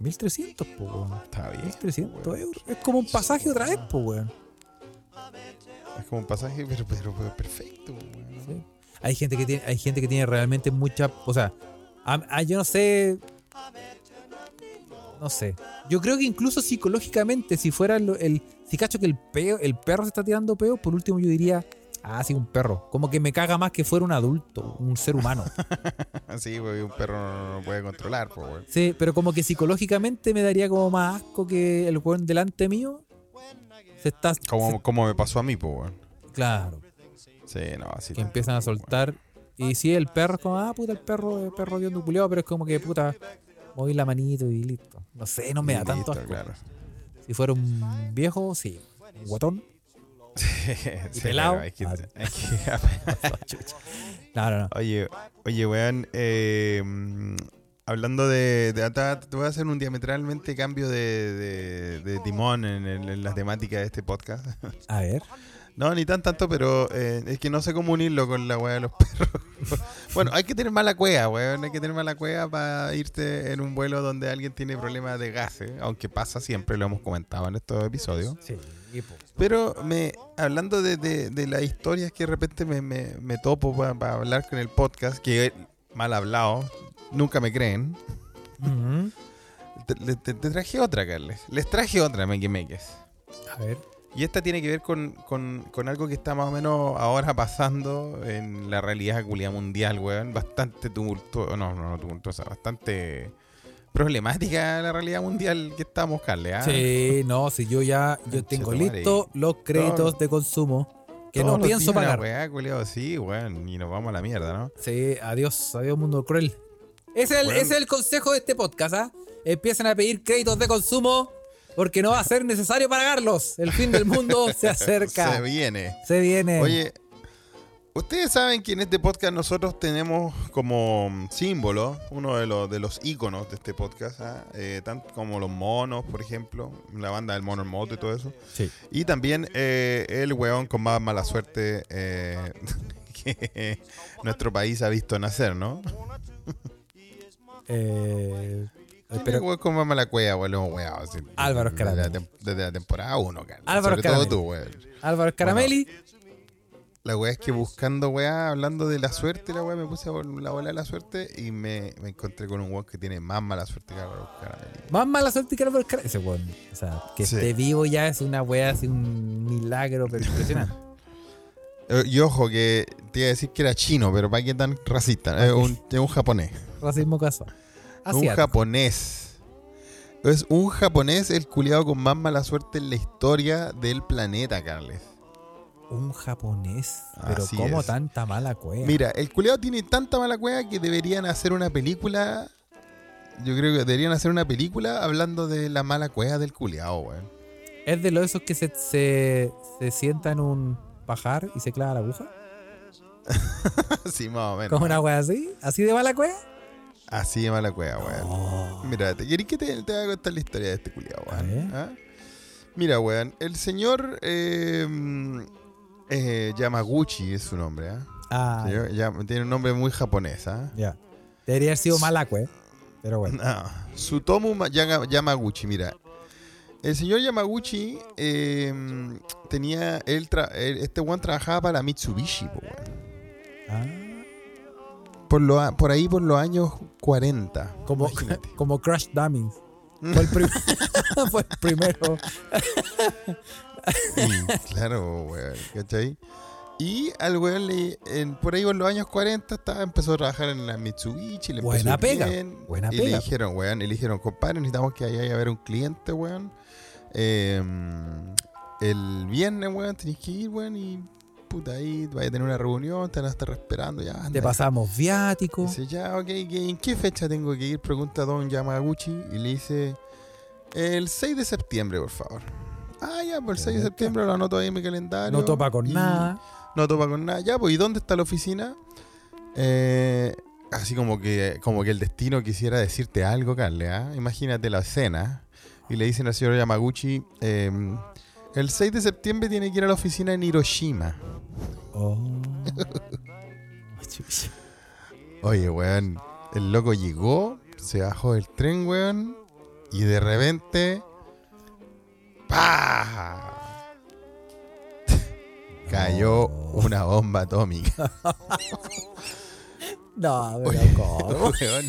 1.300, po, weón. Ah, Está bien. 1.300 weón. euros. Es como un pasaje otra vez, po, weón. Es como un pasaje, pero, pero, pero perfecto, weón. Sí. Hay gente que tiene, hay gente que tiene realmente mucha, o sea, a- a- yo no sé, no sé. Yo creo que incluso psicológicamente, si fuera lo- el, si cacho que el peo, el perro se está tirando peo, por último yo diría, ah, sí, un perro. Como que me caga más que fuera un adulto, un ser humano. Así, weón, un perro no, no puede controlar, po, weón. sí, pero como que psicológicamente me daría como más asco que el weón delante mío. Se está, Como, como me pasó a mí, po, weón. se- claro, Sí, no, así. que empiezan a soltar. Y si el perro es como, ah, puta, el perro, el perro dio un culiao, pero es como que, puta, moví la manito y listo. No sé, no me da tanto asco. claro. Si fuera un viejo, sí. Un guatón. Sí, pelado. claro, hay que- Ah. hay que- Chucha. no, no, no. Oye, oye, weón, eh, mm, hablando de, de acá te voy a hacer un diametralmente cambio de, de- de timón en, el- en la temática de este podcast. A ver. No, ni tan tanto, pero eh, es que no sé cómo unirlo con la weá de los perros. bueno, hay que tener mala cueva, weón, hay que tener mala cueva para irte en un vuelo donde alguien tiene problemas de gases, aunque pasa siempre, lo hemos comentado en estos episodios. Sí, Pero me, hablando de, de- de las historias que de repente me, me- me topo para hablar con el podcast, que mal hablado, nunca me creen, te, le- te- te traje otra, Carles. Les traje otra, mequimeques. A ver. Y esta tiene que ver con, con- con algo que está más o menos ahora pasando en la realidad culia mundial, weón. Bastante tumultuosa, no, no, no tumultuosa, bastante problemática la realidad mundial que estamos, Carles. ¿ah? Sí, no, si yo ya yo Concha tengo tu madre. listos los créditos Todo- de consumo que Todos no los pienso días la pagar. weá, culiao, sí, weón, y nos vamos a la mierda, ¿no? Sí, adiós, adiós mundo cruel. Ese es el, Bueno. ese es el consejo de este podcast, ¿ah? Empiecen a pedir créditos de consumo porque no va a ser necesario pagarlos. El fin del mundo se acerca. Se Se, viene. viene. Oye, ustedes saben que en este podcast nosotros tenemos como mm, símbolo uno de los, de los íconos de este podcast, ¿ah? Eh, tanto como los monos, por ejemplo, la banda del mono hermoso y todo eso. Sí. Y también eh, el weón con más mala suerte eh, que nuestro país ha visto nacer, ¿no? Eh, Pero, pero- el weón con más mala cueva, weón, los weados, sí. Álvaro Desde Escaramujo. la tem- Desde la temporada 1, Carlos. Álvaro Sobre Escaramujo. todo tú, weón. Álvaro Caramelli. La weá es que buscando weá, hablando de la suerte, la weá me puse a vol- la bola de la suerte y me, me encontré con un weón que tiene más mala suerte que Álvaro Caramelli. Más mala suerte que Álvaro Caramelli. Ese weón. O sea, que Sí. esté vivo ya es una wea así, un milagro, pero impresionante. Eh, Y ojo que te iba a decir que era chino, pero para qué tan racista. Es un, es un japonés. Racismo casual. Así Un japonés. Es un japonés el culiado con más mala suerte en la historia del planeta, Carles. un japonés. Pero Así como es. tanta mala cueva. Mira, el culiado tiene tanta mala cueva que deberían hacer una película. Yo creo que deberían hacer una película hablando de la mala cueva del culiado, weón. ¿Es de los esos que se, se, se sienta en un pajar y se clava la aguja? sí, más o menos. ¿Como una wea así? ¿Así de mala cueva? Así de mala cueva, weón. Mira, te querés que te, te haga contar la historia de este culiado, A ver. weón. ¿Ah? Mira, weón, el señor eh, mm, eh, Yamaguchi es su nombre, ¿ah? Ah, Señor Yam- tiene un nombre muy japonés, ¿ah? ya. Debería haber sido mala cueva. Pero bueno. No, Sutomu Ma- Yaga- Yamaguchi, mira. El señor Yamaguchi eh, tenía. Él tra- él- este one trabajaba para Mitsubishi, po, weón. Ah, por, lo a- por ahí por los años 40. como, Imagínate. como Crash Dummies. Fue el, prim- fue el primero. Sí, claro, weón, ¿cachai? Y al weón le, en- por ahí por los años 40 estaba, empezó a trabajar en la Mitsubishi. Le empezó Buena a ir pega, bien, buena y pega. le dijeron, weón, y le dijeron, compadre, necesitamos que vaya a ver un cliente, Em, weón. Eh, el viernes, weón, tenés que ir, weón, y puta, ahí vaya a tener una reunión, te van a estar esperando ya. Te anda. pasamos viático. Dice, ya, ok, ¿qué- ¿en qué fecha tengo que ir? Pregunta Don Yamaguchi y le dice, el 6 de septiembre, por favor. Ah, ya, pues el 6 de Puta. septiembre lo anoto ahí en mi calendario. No topa con y nada. No topa con nada. Ya, pues, ¿y dónde está la oficina? Eh, así como que, como que el destino quisiera decirte algo, Carle, ¿ah? Imagínate la escena. Y le dicen al señor Yamaguchi, em, el 6 de septiembre tiene que ir a la oficina en Hiroshima. Oh. Chucha. Oye, weón, el loco llegó, se bajó del tren, weón, y de repente. ¡Pah! Cayó una bomba atómica. No, pero ¿cómo? Weón,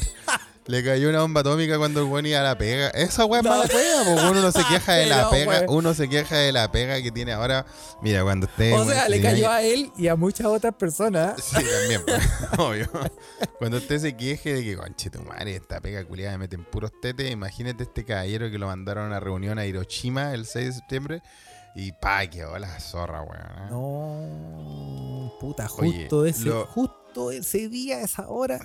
le cayó una bomba atómica cuando el weón iba a la pega. Esa weón es mala pega, porque uno se queja de la Pero, pega. weón. Uno se queja de la pega que tiene ahora. Mira, cuando usted. O sea, weón, le si cayó hay- a él y a muchas otras personas. Sí, también, pues, obvio. Cuando usted se queje de que, conche tu madre, esta pega culiada me meten puros tetes, imagínate este caballero que lo mandaron a una reunión a Hiroshima el 6 de septiembre y pa, quedó la zorra, weón. ¿eh? No, puta, Oye, justo ese, lo- justo ese día, esa hora.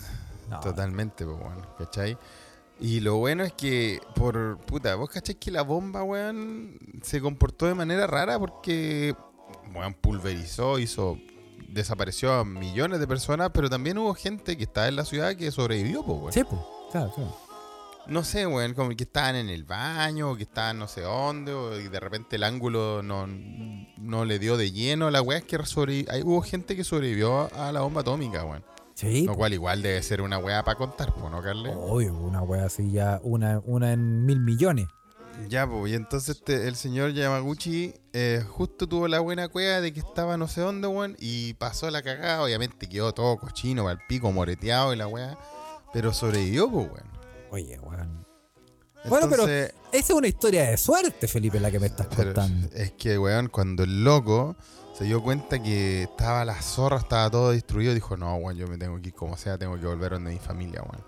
No, Totalmente, pues, weón, ¿cachai? Y lo bueno es que, por puta, vos cachai que la bomba, weón, se comportó de manera rara porque, weón, pulverizó, hizo, desapareció a millones de personas, pero también hubo gente que estaba en la ciudad que sobrevivió, pues, weón. Sí, pues, claro, claro. No sé, weón, como que estaban en el baño, o que estaban no sé dónde, o- y de repente el ángulo no, no le dio de lleno. La weá es que sobrevi- ahí hubo gente que sobrevivió a la bomba atómica, weón. Sí, Lo cual igual debe ser una weá para contar, po, ¿no, Carle? obvio, una wea así ya, una, una en mil millones. Ya, pues, y entonces este- el señor Yamaguchi eh, justo tuvo la buena cueva de que estaba no sé dónde, weón, y pasó la cagada. Obviamente quedó todo cochino, al pico, moreteado y la weá, pero sobrevivió, pues, weón. Oye, weón. Bueno, pero Entonces- Esa es una historia de suerte, Felipe, la que me estás Pero contando. es que, weón, cuando el loco se dio cuenta que estaba la zorra, estaba todo destruido, dijo, no, weón, yo me tengo que ir como sea, tengo que volver donde mi familia, weón.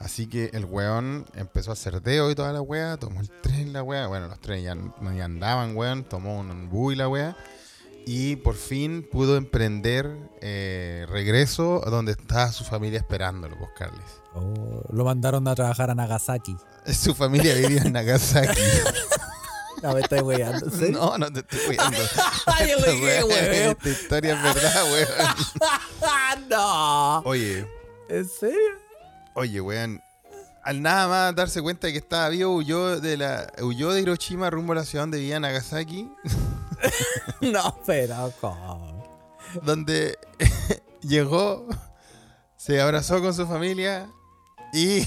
Así que el weón empezó a hacer deo y toda la weá, tomó el tren la weá, bueno, los trenes ya, no- ya andaban, weón, tomó un bus y la weá, y por fin pudo emprender eh, regreso a donde estaba su familia esperándolo, pues, buscarles. Oh, lo mandaron a trabajar a Nagasaki. Su familia vivía en Nagasaki. No, me estoy weando. ¿en serio? No, no te estoy cuidando. Ay, yo Esta dije, wea- "Hueveo". Esta historia es verdad, weón. ¡Ah, no! Oye, ¿En serio? oye, weón. Al nada más darse cuenta de que estaba vivo, huyó de la huyó de Hiroshima rumbo a la ciudad donde vivía Nagasaki, No, pero ¿cómo? donde llegó, se abrazó con su familia y,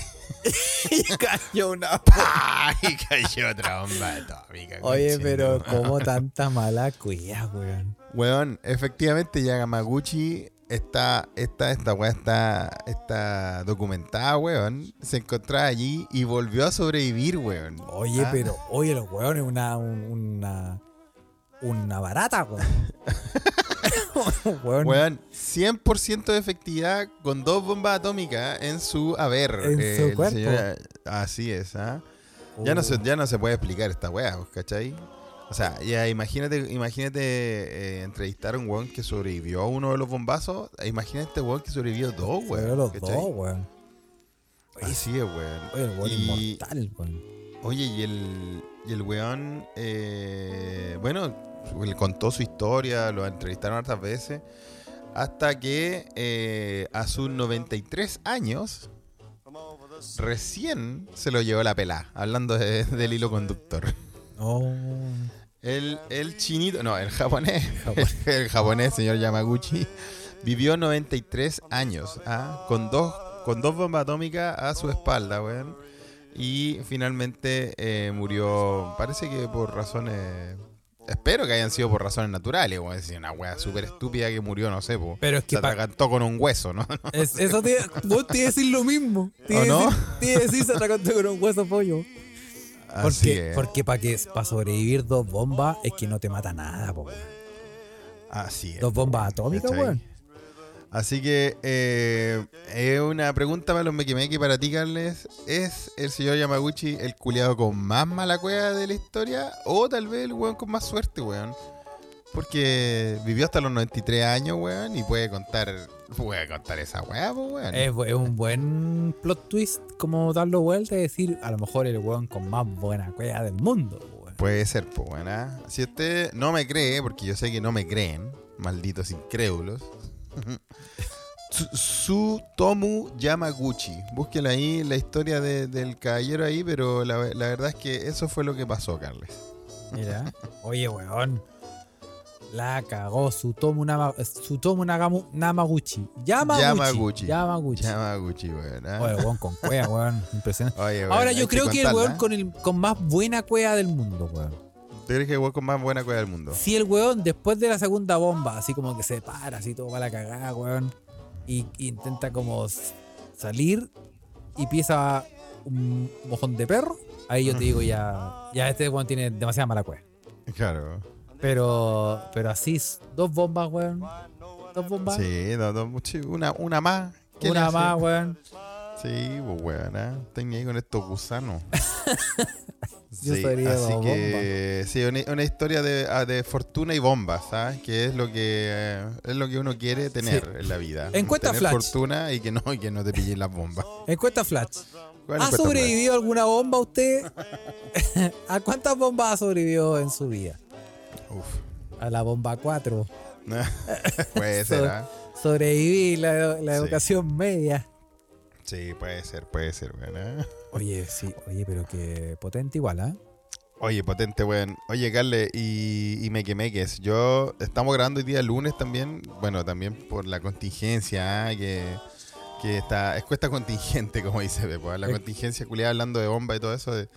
Y cayó una... ¡pah! y cayó otra bomba atómica. Oye, conchetumare. pero como tanta mala cuya, weón. Weón, efectivamente Yagamaguchi está, está, esta weá está, está documentada, weón. Se encontraba allí y volvió a sobrevivir, weón. Oye, Ah, pero, oye, los weones, una, un- una, una barata, weón. Weón, Weón, 100% de efectividad con dos bombas atómicas en su haber. En su el cuerpo. Oh. así es, ¿ah? Ya, Uh, no se, ya no se puede explicar esta weá, ¿cachai? O sea, ya imagínate, imagínate eh, entrevistar a un weón que sobrevivió a uno de los bombazos. Imagínate este weón que sobrevivió a dos, Pero weón. los ¿cachai? dos, weón. Oye, Así es, weón. Oye, el weón Y- inmortal, weón. Oye, y el, y el weón, eh, bueno, le contó su historia, lo entrevistaron hartas veces, hasta que eh, a sus 93 años, recién se lo llevó la pelá, hablando de- del hilo conductor. No. El, el chinito, no, el japonés, Japonés. el japonés, señor Yamaguchi, vivió 93 años, ¿ah? con, dos, con dos bombas atómicas a su espalda, weón. Y finalmente eh, murió, parece que por razones, espero que hayan sido por razones naturales, weón. Es una wea súper estúpida que murió, no sé, po. Pero es Se que pa- atragantó con un hueso, ¿no? es- eso te, vos te iba a decir lo mismo. Te iba a ¿O no? decir- Te iba a decir se atracó con un hueso pollo. Así Porque, es. porque para que para sobrevivir dos bombas es que no te mata nada, po, weón. Así es. Dos bombas atómicas, ¿Cachai? weón. Así que eh, es una pregunta para los Mekimeki para ti, Carles. ¿Es el señor Yamaguchi el culiado con más mala cueva de la historia? O tal vez el weón con más suerte, weón. Porque vivió hasta los 93 años, weón, y puede contar, puede contar esa weá, pues, weón. Es, bu- es un buen plot twist como darlo vuelta y decir, a lo mejor el weón con más buena cueva del mundo, weón. Puede ser, pues, weón. ah. Si usted no me cree, porque yo sé que no me creen, malditos incrédulos. Tsu- Tsutomu Yamaguchi. Búsquela ahí la historia de- del caballero ahí, pero la, la verdad es que eso fue lo que pasó, Carles. Mira. Oye, weón. La cagó Sutomu, Nama- Sutomu Nagamu- Namaguchi. Yamaguchi. Yamaguchi. Yamaguchi. Yamaguchi, weón. ah. Oye, weón con cueva, weón. Impresionante. Oye, weón, Ahora hay yo creo que el contarla, weón con, el, con más buena cueva del mundo, weón. ¿eh? ¿Tú crees que el weón con más buena cueva del mundo? Si el weón, después de la segunda bomba, así como que se para, así todo va la cagada, weón. Y, y intenta como s- salir y pieza un mojón de perro. Ahí yo te digo, ya, ya este weón tiene demasiada mala cueva. Claro. Pero, pero así, s- dos bombas, weón. Dos bombas. Sí, no, no, sí, una, una más. ¿Qué le Una hace? más, weón. Sí, pues weón, ¿eh? Tenía ahí con estos gusanos. Yo sería así la que sí, una, una historia de, ah, de fortuna y bombas, ¿sabes? Que es lo que eh, es lo que uno quiere tener en la vida. Encuesta tener Flash. fortuna y que no y que no te pillen las bombas. Encuesta Flash. ¿Cuál ¿Ha encuesta sobrevivido alguna bomba usted? ¿A cuántas bombas ha sobrevivido en su vida? Flash? Uf. A la bomba 4. puede ser, ¿ah? Sobreviví la, la Sí. educación media. Sí, puede ser, puede ser, weón. ¿eh? Oye, sí, oye, pero que potente igual, ¿ah? Oye, potente, weón. Oye, Carle, y, y me quemeques. Yo estamos grabando hoy día lunes también. Bueno, también por la contingencia, ah, que, que está. Es cuesta contingente, como dice Pepo. ah, La Eh. contingencia culiada hablando de bomba y todo eso, de-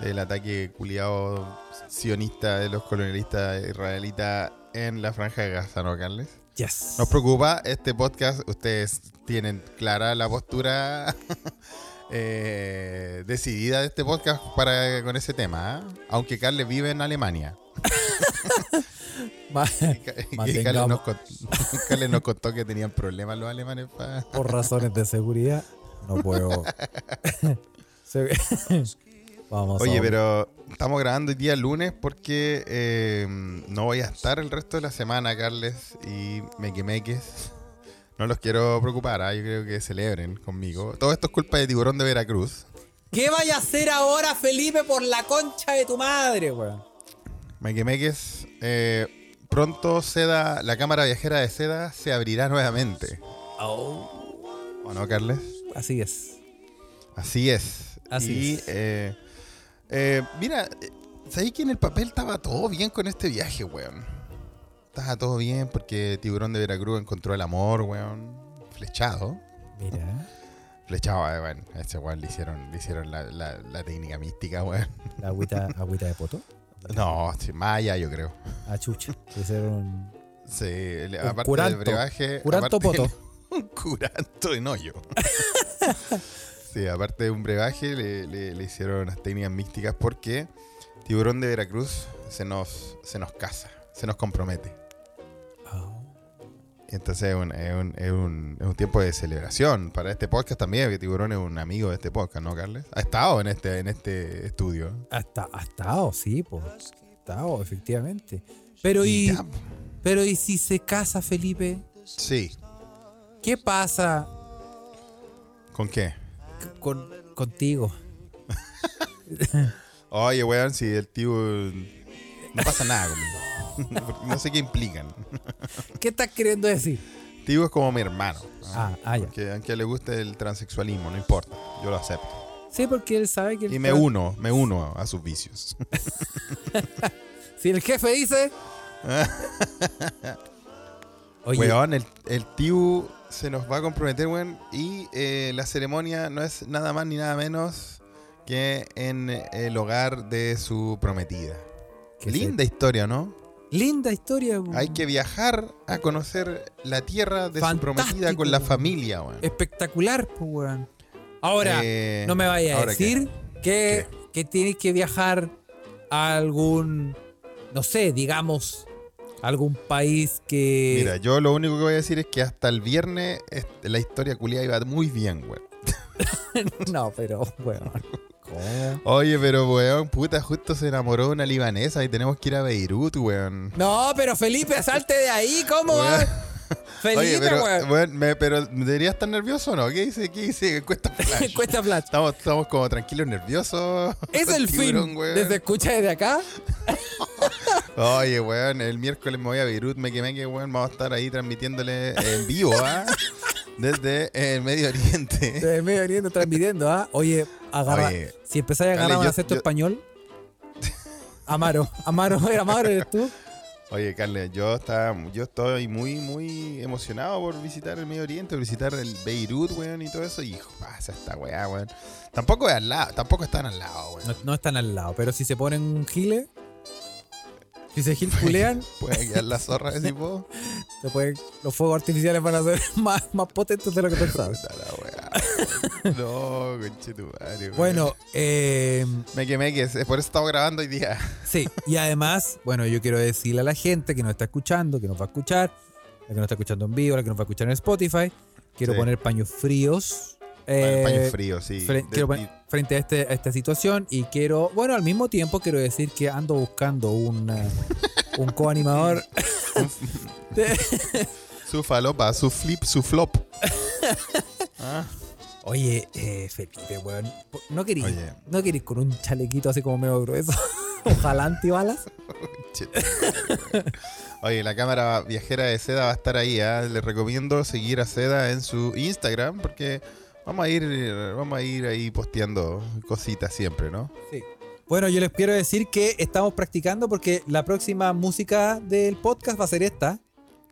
del ataque culiado sionista de los colonialistas israelitas en la franja de Gaza, ¿no, Carles? Yes. Nos preocupa este podcast. Ustedes tienen clara la postura eh, decidida de este podcast para con ese tema. ¿ah? Aunque Carles vive en Alemania. Ma- Y Ca- y Mantengamos. Carles, nos contó, Carles nos contó que tenían problemas los alemanes para. Por razones de seguridad, no puedo. Se- Vamos. Oye, a- pero estamos grabando el día lunes porque eh, no voy a estar el resto de la semana, Carles, y mequemeques. No los quiero preocupar, ¿ah? yo creo que celebren conmigo. Todo esto es culpa de Tiburón de Veracruz. ¿Qué vaya a hacer ahora, Felipe, por la concha de tu madre, weón? Mequemeques, eh, pronto Seda, la cámara viajera de Seda se abrirá nuevamente. Oh. ¿O no, Carles? Así es. Así es. Así y, es. eh, eh, mira, eh, sabéis que en el papel estaba todo bien con este viaje, weón. Estaba todo bien porque Tiburón de Veracruz encontró el amor, weón. Flechado. Mira, Flechado, eh, weón. A ese weón le hicieron, le hicieron la, la- la técnica mística, weón. la agüita, agüita de poto. No, sí, Maya, yo creo. A chucha. Hicieron Sí, el- Un aparte curanto, del brebaje. curanto aparte poto. del- un curanto en hoyo. sí, aparte de un brebaje, le, le- le hicieron unas técnicas místicas porque Tiburón de Veracruz se nos, se nos casa, se nos compromete. Au. Entonces es un, es un- es un- es un tiempo de celebración para este podcast también, porque Tiburón es un amigo de este podcast, ¿no, Carles? Ha estado en este, en este estudio. Hasta, hasta, o sí, pues. Hasta, o, efectivamente. Pero y, ya, pero y si se casa, Felipe, sí, ¿qué pasa ¿con qué? c- con, contigo? Oye, weón, si el tío. No pasa nada conmigo. no sé qué implican. ¿Qué estás queriendo decir? Tío es como mi hermano. ¿no? Ah, ah, ya. Que aunque le guste el transexualismo, no importa. Yo lo acepto. Sí, porque él sabe que el Y me tra- uno, me uno a sus vicios. Si el jefe dice. Oye, Weón, el, el tío se nos va a comprometer, weón. Y eh, la ceremonia no es nada más ni nada menos que en eh, el hogar de su prometida. que Linda historia, ¿no? se- linda historia. weón. Hay que viajar a conocer la tierra de Fantástico, su prometida con la weón. familia, weón. Espectacular, pues, weón. Ahora, Eh, no me vayas a ¿ahora qué? decir que, que tienes que viajar a algún. No sé, digamos. Algún país que. Mira, yo lo único que voy a decir es que hasta el viernes este, la historia culia iba muy bien, güey. No, pero, weón. ¿Cómo? Oye, pero weón, puta, justo se enamoró de una libanesa y tenemos que ir a Beirut, weón. No, pero Felipe, salte de ahí, ¿cómo? Weón. vas? Felipe, Oye, pero, weón. weón, me- pero ¿debería estar nervioso o no? ¿Qué dice? ¿Qué dice? Cuesta flash. Cuesta Flash. Estamos, estamos como tranquilos, nerviosos. Es el Tiburón, fin. weón. Desde escucha desde acá. Oye, weón, el miércoles me voy a Beirut, me quemé que, weón, vamos a estar ahí transmitiéndole en vivo, ¿ah? Desde el Medio Oriente. Desde Medio Oriente transmitiendo, ¿ah? Oye, agarra. Oye, si empezáis a Carly, agarrar un yo- acento yo- español. Amaro, Amaro, Amaro eres tú. Oye, Carles, yo, está, yo estoy muy, muy emocionado por visitar el Medio Oriente, por visitar el Beirut, weón, y todo eso. Y pasa esta weá, weón. Tampoco es al lado, tampoco están al lado, weón. No, no están al lado, pero si se ponen giles, si se gilpulean, Puede quedar la zorra, si puedo. se pueden- los fuegos artificiales van a ser más, más potentes de lo que pensabas. Puta la weá, weón. No, conchetumare, weón. Bueno, eh, Me quemé, que es por eso estamos grabando hoy día. sí, y además, bueno, yo quiero decirle a la gente que nos está escuchando, que nos va a escuchar, la que nos está escuchando en vivo, la que nos va a escuchar en Spotify, quiero Sí. poner paños fríos. Bueno, eh, paño frío, sí. fre- De- quiero y- poner- frente a, este, a esta situación y quiero, bueno, al mismo tiempo quiero decir que ando buscando un, eh, un coanimador. Su falopa, su flip, su flop. Ah, Oye, eh, Felipe, weón, ¿no querís Oye. no querís con un chalequito así como medio grueso? Ojalá antibalas. che- Oye, la cámara viajera de Seda va a estar ahí. ¿ah? Les recomiendo seguir a Seda en su Instagram porque vamos a ir, vamos a ir ahí posteando cositas siempre, ¿no? Bueno, yo les quiero decir que estamos practicando porque la próxima música del podcast va a ser esta.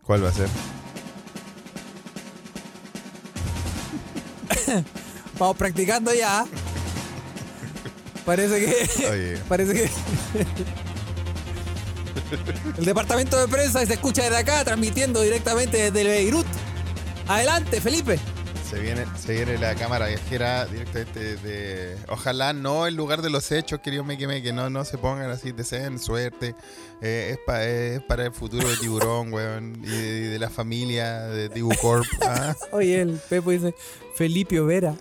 ¿Cuál va a ser? Vamos practicando ya. Parece que Oye, Parece que. El departamento de prensa se escucha desde acá, transmitiendo directamente desde Beirut. Adelante, Felipe. se viene, se viene la cámara viajera directamente de. Ojalá no en lugar de los hechos, querido me queme, que no, no se pongan así, deseen suerte. Eh, es, pa- es para el futuro de Tiburón, weón, y de, y de la familia de Tibu Corp. ¿ah? Oye, el Pepo dice Felipe Vera.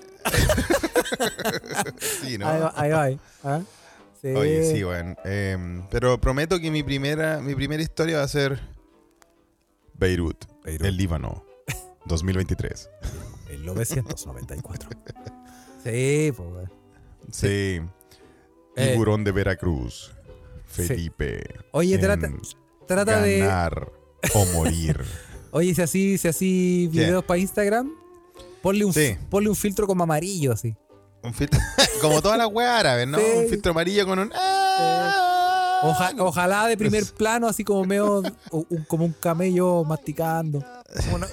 Sí, ¿no? Ahí va, ahí va. ahí. ¿Ah? Sí. Oye, sí, bueno. em, pero prometo que mi primera, mi primera historia va a ser Beirut, Beirut. el Líbano, 2023. 1994. Sí, pues. güey. Sí. Eh, Tiburón de Veracruz, sí. Felipe. Oye, en trata, trata de. ganar o morir. Oye, si así, si así ¿Qué? videos para Instagram, ponle un, Sí. ponle un filtro como amarillo así. Un filtro- como todas las weas árabes, ¿no? Sí. Un filtro amarillo con un... ¡ah! Oja- ojalá de primer Es- plano, así como medio, o- un- como un camello masticando. Como una-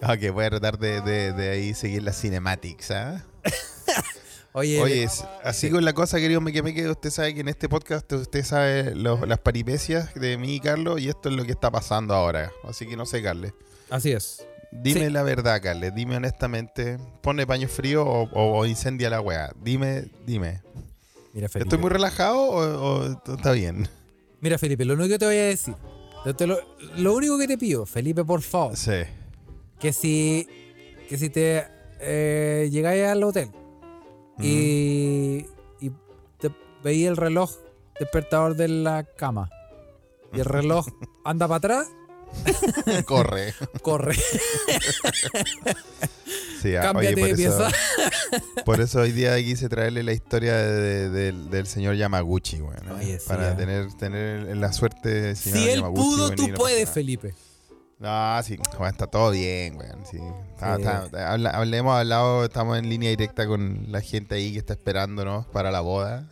Ok, Ah, voy a tratar de, de- de ahí seguir las cinematics, ¿ah? Oye, Oye, es- así con la cosa, querido me que usted sabe que en este podcast usted sabe los- las peripecias de mí y Carlos y esto es lo que está pasando ahora. Así que no sé, Carles. así es. Dime Sí. la verdad, Carles. Dime honestamente. ¿Pone paño frío o, o- o incendia la weá? Dime, dime. Mira, Felipe. ¿Estoy muy relajado o, o t- está bien? Mira, Felipe, lo único que te voy a decir. yo te lo, lo único que te pido, Felipe, por favor, Sí. que si, que si te eh, llegáis al hotel y, y te veí el reloj despertador de la cama y el reloj anda para atrás, Mm, Corre. corre. Sí, ah, Cámbiate de pieza. por eso hoy día quise traerle la historia de- de- del- del señor Yamaguchi, bueno, Oye, sí, para ah. tener, tener la suerte del señor Si él Yamaguchi, pudo, weón, y tú no puedes, pasa nada. Felipe. No, sí, bueno, está todo bien, weón. Sí. Está- Sí. está- eh, habla- hable- hemos hablado, estamos en línea directa con la gente ahí que está esperándonos para la boda.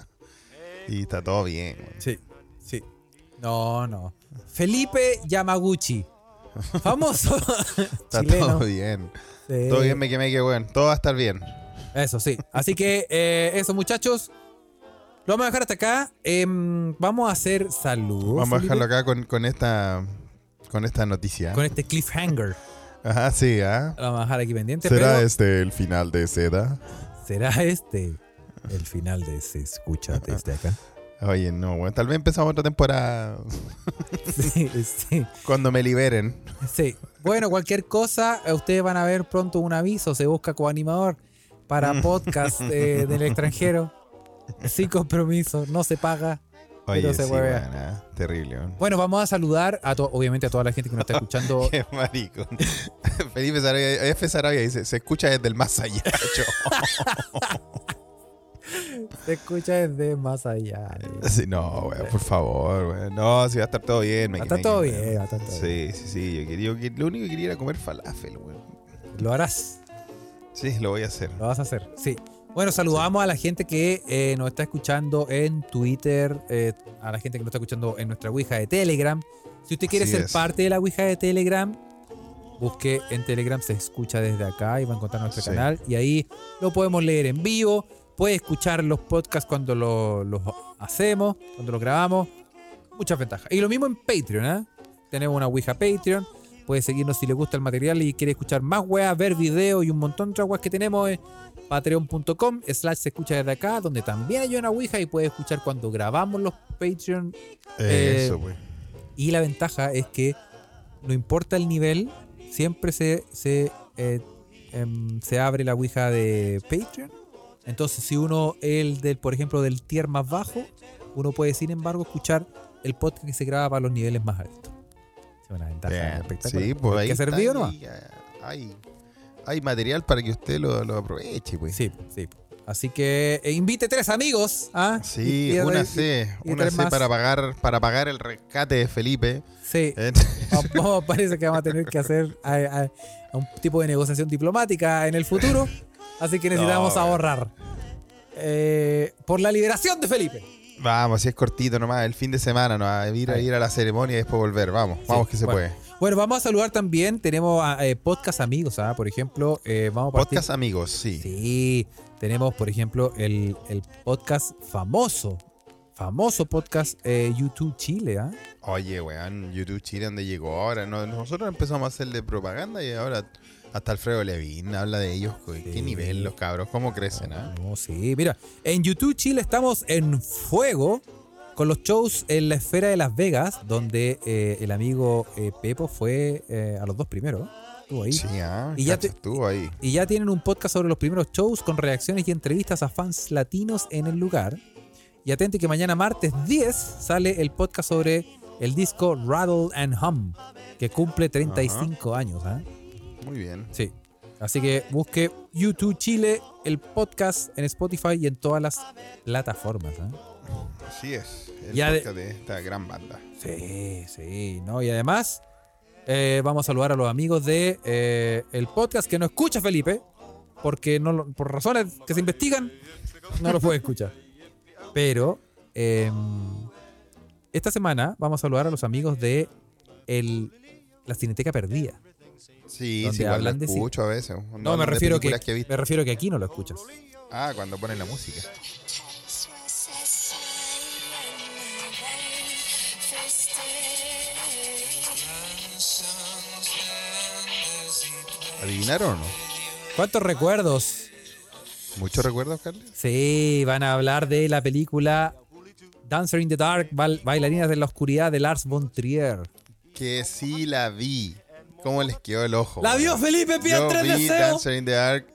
Y está todo bien, weón. Sí, sí. No, no. Felipe Yamaguchi. Famoso. Está Chileno. Eh, todo bien. Sí. Todo bien, me quemé que weón. Todo va a estar bien. Eso sí. Así que eh, eso, muchachos. Lo vamos a dejar hasta acá. Em, vamos a hacer saludos. Vamos a Felipe, dejarlo acá con, con esta con esta noticia. Con e- este cliffhanger. Ajá, sí, ¿ah? Lo vamos a dejar aquí pendiente. ¿Será pero este el final de Seda? será este el final de Se Escucha desde acá. Oye, no, weón. Tal vez empezamos otra temporada Sí, sí. cuando me liberen. Sí. Bueno, cualquier cosa, eh, ustedes van a ver pronto un aviso. Se busca coanimador. Mm. para podcast eh, del extranjero. Sin compromiso, no se paga. Oye, se sí, huevea. weón, ah, terrible. weón. Bueno, vamos a saludar a to- obviamente a toda la gente que nos está escuchando. Qué marico. Felipe Sarabia, F. Sarabia dice, se escucha desde el más allá. yo". Te escucha desde más allá. Sí, no, weón, por favor, weón. No, si va a estar todo bien. me- Está me- todo me- bien, está todo bien. Sí, sí, sí. Yo quería, yo quería- lo único que quería era comer falafel, weón. Lo harás, Sí, lo voy a hacer. lo vas a hacer. Sí. Bueno, saludamos a la gente que eh, nos está escuchando en Twitter, eh, a la gente que nos está escuchando en nuestra Ouija de Telegram. Si usted quiere Así ser es. parte de la Ouija de Telegram, busque en Telegram, se escucha desde acá y va a encontrar nuestro Sí. canal. Y ahí lo podemos leer en vivo, puede escuchar los podcasts cuando lo- los hacemos, cuando los grabamos. Muchas ventajas. Y lo mismo en Patreon, ¿ah? Tenemos una Ouija Patreon. Puede seguirnos si le gusta el material y quiere escuchar más weas, ver videos y un montón de otras weas que tenemos eh, en patreon.com slash se escucha desde acá, donde también hay una Ouija y puede escuchar cuando grabamos los Patreon Eh, Eso, pues. y la ventaja es que no importa el nivel, siempre se, se, eh, em, se abre la Ouija de Patreon. Entonces, si uno, el del, por ejemplo, del tier más bajo, uno puede, sin embargo, escuchar el podcast que se graba para los niveles más altos. Es una ventaja Bien, espectacular. Sí, pues ¿Hay ahí. que hacer está, vivo nomás? ahí, ah, Hay, hay material para que usted lo, lo aproveche, pues. Sí, sí. Así que eh, invite tres amigos. ¿ah? Sí, Y- y- una y- C, y una tres C más. para pagar, para pagar el rescate de Felipe. Sí. Eh, Vamos, parece que vamos a tener que hacer a, a- a un tipo de negociación diplomática en el futuro. Así que necesitamos No, güey. ahorrar. Eh, por la liberación de Felipe. Vamos, si es cortito nomás, el fin de semana, ¿no? A ir, a ir a la ceremonia y después volver. Vamos, vamos que se bueno. puede. Bueno, vamos a saludar también. Tenemos a, eh, podcast amigos, ¿ah? por ejemplo. eh, vamos a partir- Podcast amigos, sí. Sí, tenemos, por ejemplo, el, el podcast famoso. Famoso podcast eh, YouTube Chile. ¿ah? Oye, weón, YouTube Chile, ¿dónde llegó ahora? No, nosotros empezamos a hacerle propaganda y ahora hasta Alfredo Levin habla de ellos. güey. Sí. ¿Qué nivel los cabros? ¿Cómo crecen, ah? No, sí, mira, en YouTube Chile estamos en fuego con los shows en la esfera de Las Vegas, donde eh, el amigo eh, Pepo fue eh, a los dos primeros. Estuvo ahí. Sí, ah, Y ya te- cacha, estuvo ahí. Y ya tienen un podcast sobre los primeros shows con reacciones y entrevistas a fans latinos en el lugar. Y atente que mañana martes 10 sale el podcast sobre el disco Rattle and Hum, que cumple 35 años. ¿ah? Muy bien. Sí. Así que busque YouTube Chile, el podcast en Spotify y en todas las plataformas. ¿ah? Así es. El Ya de- podcast de esta gran banda. Sí, sí, ¿no? Y además, eh, vamos a saludar a los amigos de eh, el podcast que no escucha Felipe, porque no lo- por razones que se investigan, no lo puede escuchar. Pero eh, esta semana vamos a saludar a los amigos de el, la Cineteca Perdida. Sí, Donde sí, igual lo hablan de sí. escucho a veces. No, me hablan de refiero que, películas he visto. me refiero que aquí no lo escuchas. Ah, cuando ponen la música. ¿Adivinaron o no? ¿Cuántos recuerdos? ¿Muchos recuerdos, Carly? Sí, van a hablar de la película Dancer in the Dark, Bail- Bailarinas de la Oscuridad de Lars von Trier. Que sí la vi. ¿Cómo les quedó el ojo? ¡La weón? vio Felipe Yo Piedra vi Deseo! Dancer in the Dark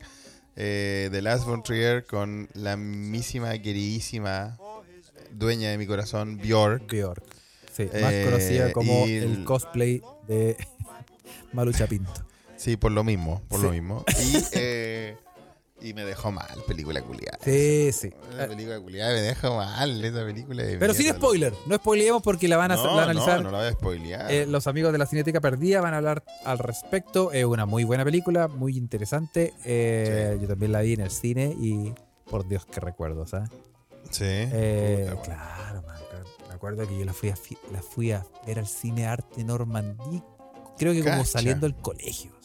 eh, de Last von Trier con la mismísima, queridísima dueña de mi corazón, Bjork. Bjork. Sí, más Eh, conocida como y- el cosplay de Malucha Pinto. Sí, por lo mismo, por Sí. lo mismo. Y, eh, y me dejó mal, película culiada. Sí, sí. La película culiada me dejó mal, esa película de Pero sin mierda. spoiler, no spoileemos porque la van a, No, la van a no, analizar. No, la voy a spoilear. Eh, los amigos de la Cineteca Perdida van a hablar al respecto. Es una muy buena película, muy interesante. Eh, Yo también la vi en el cine y por Dios que recuerdos, ¿ah? sí. Eh, Puta, weón. claro, man, claro. me acuerdo que yo la fui a, fi- la fui a ver al cine Arte Normandí, creo que como Cacha. saliendo del colegio.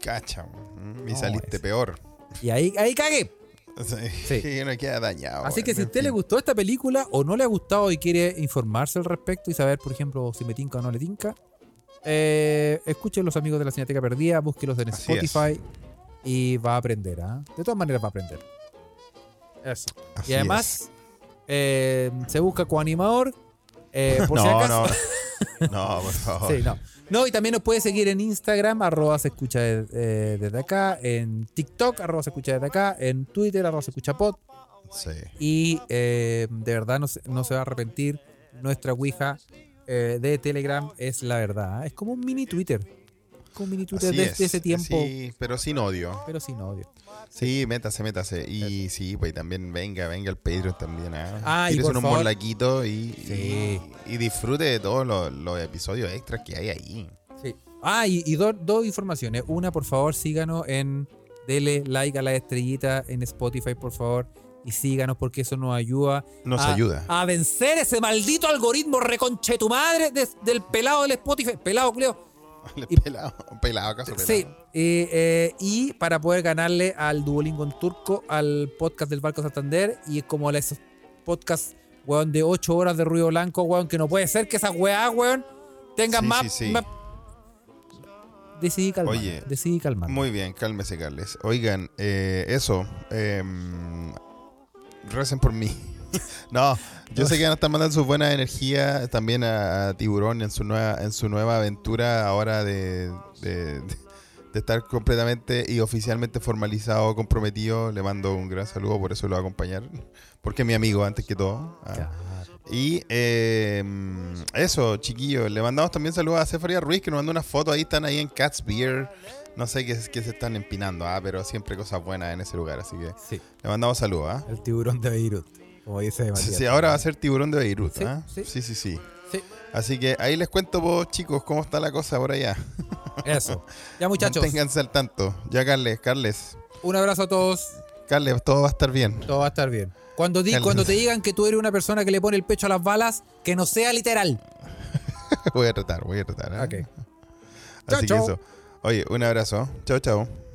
Cacha, weón. y No, saliste es- peor. Y ahí, ahí cagué. Sí. Sí. Que uno queda dañado. Así que weón, si a en usted le fin. gustó esta película o no le ha gustado y quiere informarse al respecto y saber, por ejemplo, si me tinca o no le tinca, eh, escuchen los amigos de la Cineteca Perdida, búsquelos en Así es. Spotify y va a aprender. ¿ah? De todas maneras va a aprender. Eso. Así y es. además, eh, se busca coanimador. eh, por si no, acaso. no, No, por favor. Sí, no. No, y también nos puede seguir en Instagram, arroba se escucha de- eh, desde acá, en TikTok, arroba se escucha desde acá, en Twitter, arroba se escucha pod. Sí. Y eh, de verdad no se, no se va a arrepentir, nuestra Ouija eh, de Telegram es la verdad. ¿eh? Es como un mini Twitter. Como un mini Twitter Así de, es. de ese tiempo, Sí, pero sin odio. pero sin odio. Sí, métase, métase. Y sí, pues también venga, venga el Patreon también. Ah, y Tírese por unos favor. morlaquitos y, Sí. y, y disfrute de todos los, los episodios extras que hay ahí. Sí. Ah, y, y do- dos informaciones. Una, por favor, síganos en. Dele like a la estrellita en Spotify, por favor. Y síganos porque eso nos ayuda Nos a, ayuda. a vencer ese maldito algoritmo reconche tu madre de- del pelado del Spotify. Pelado, Cleo. Le y- pelado, pelado, acaso pelado. Sí. eh, eh, y para poder ganarle al Duolingo en turco, al podcast del Barco Santander y es como la- esos podcasts, weón, de 8 horas de ruido blanco, weón, que no puede ser que esas weá, weón, tengan Sí, más, sí, sí. más- Decidí calmar. Oye, decidí calmar. Muy bien, cálmese, Carles. Oigan, eh, eso. em, recen por mí. no, yo sé que van a estar mandando sus buenas energías también a, a Tiburón en su nueva, en su nueva aventura ahora de, de- de estar completamente y oficialmente formalizado, comprometido. Le mando un gran saludo, por eso lo voy a acompañar. Porque es mi amigo, antes que todo. Ah. Y eh, eso, chiquillos. Le mandamos también saludos a Cefaria Ruiz, que nos mandó una foto. Ahí están ahí en Cats Beer. No sé qué, es- qué se están empinando, ah, pero siempre cosas buenas en ese lugar. Así que Sí, le mandamos saludos. ¿ah? el tiburón de Beirut, como dice Sí, Matías. sí, ahora va a ser tiburón de Beirut. Sí, ¿ah? sí. Sí, sí, sí. Sí. Así que ahí les cuento, vos, chicos, cómo está la cosa por allá. Eso. Ya, muchachos, Ténganse al tanto. Ya, Carles, Carles. un abrazo a todos. Carles, todo va a estar bien. Todo va a estar bien. Cuando, di- Calma. cuando te digan que tú eres una persona que le pone el pecho a las balas, que no sea literal. voy a tratar, voy a tratar. ¿ah? Ok. Así Chao, que chao. eso. Oye, un abrazo. ¿eh? Chao, chao.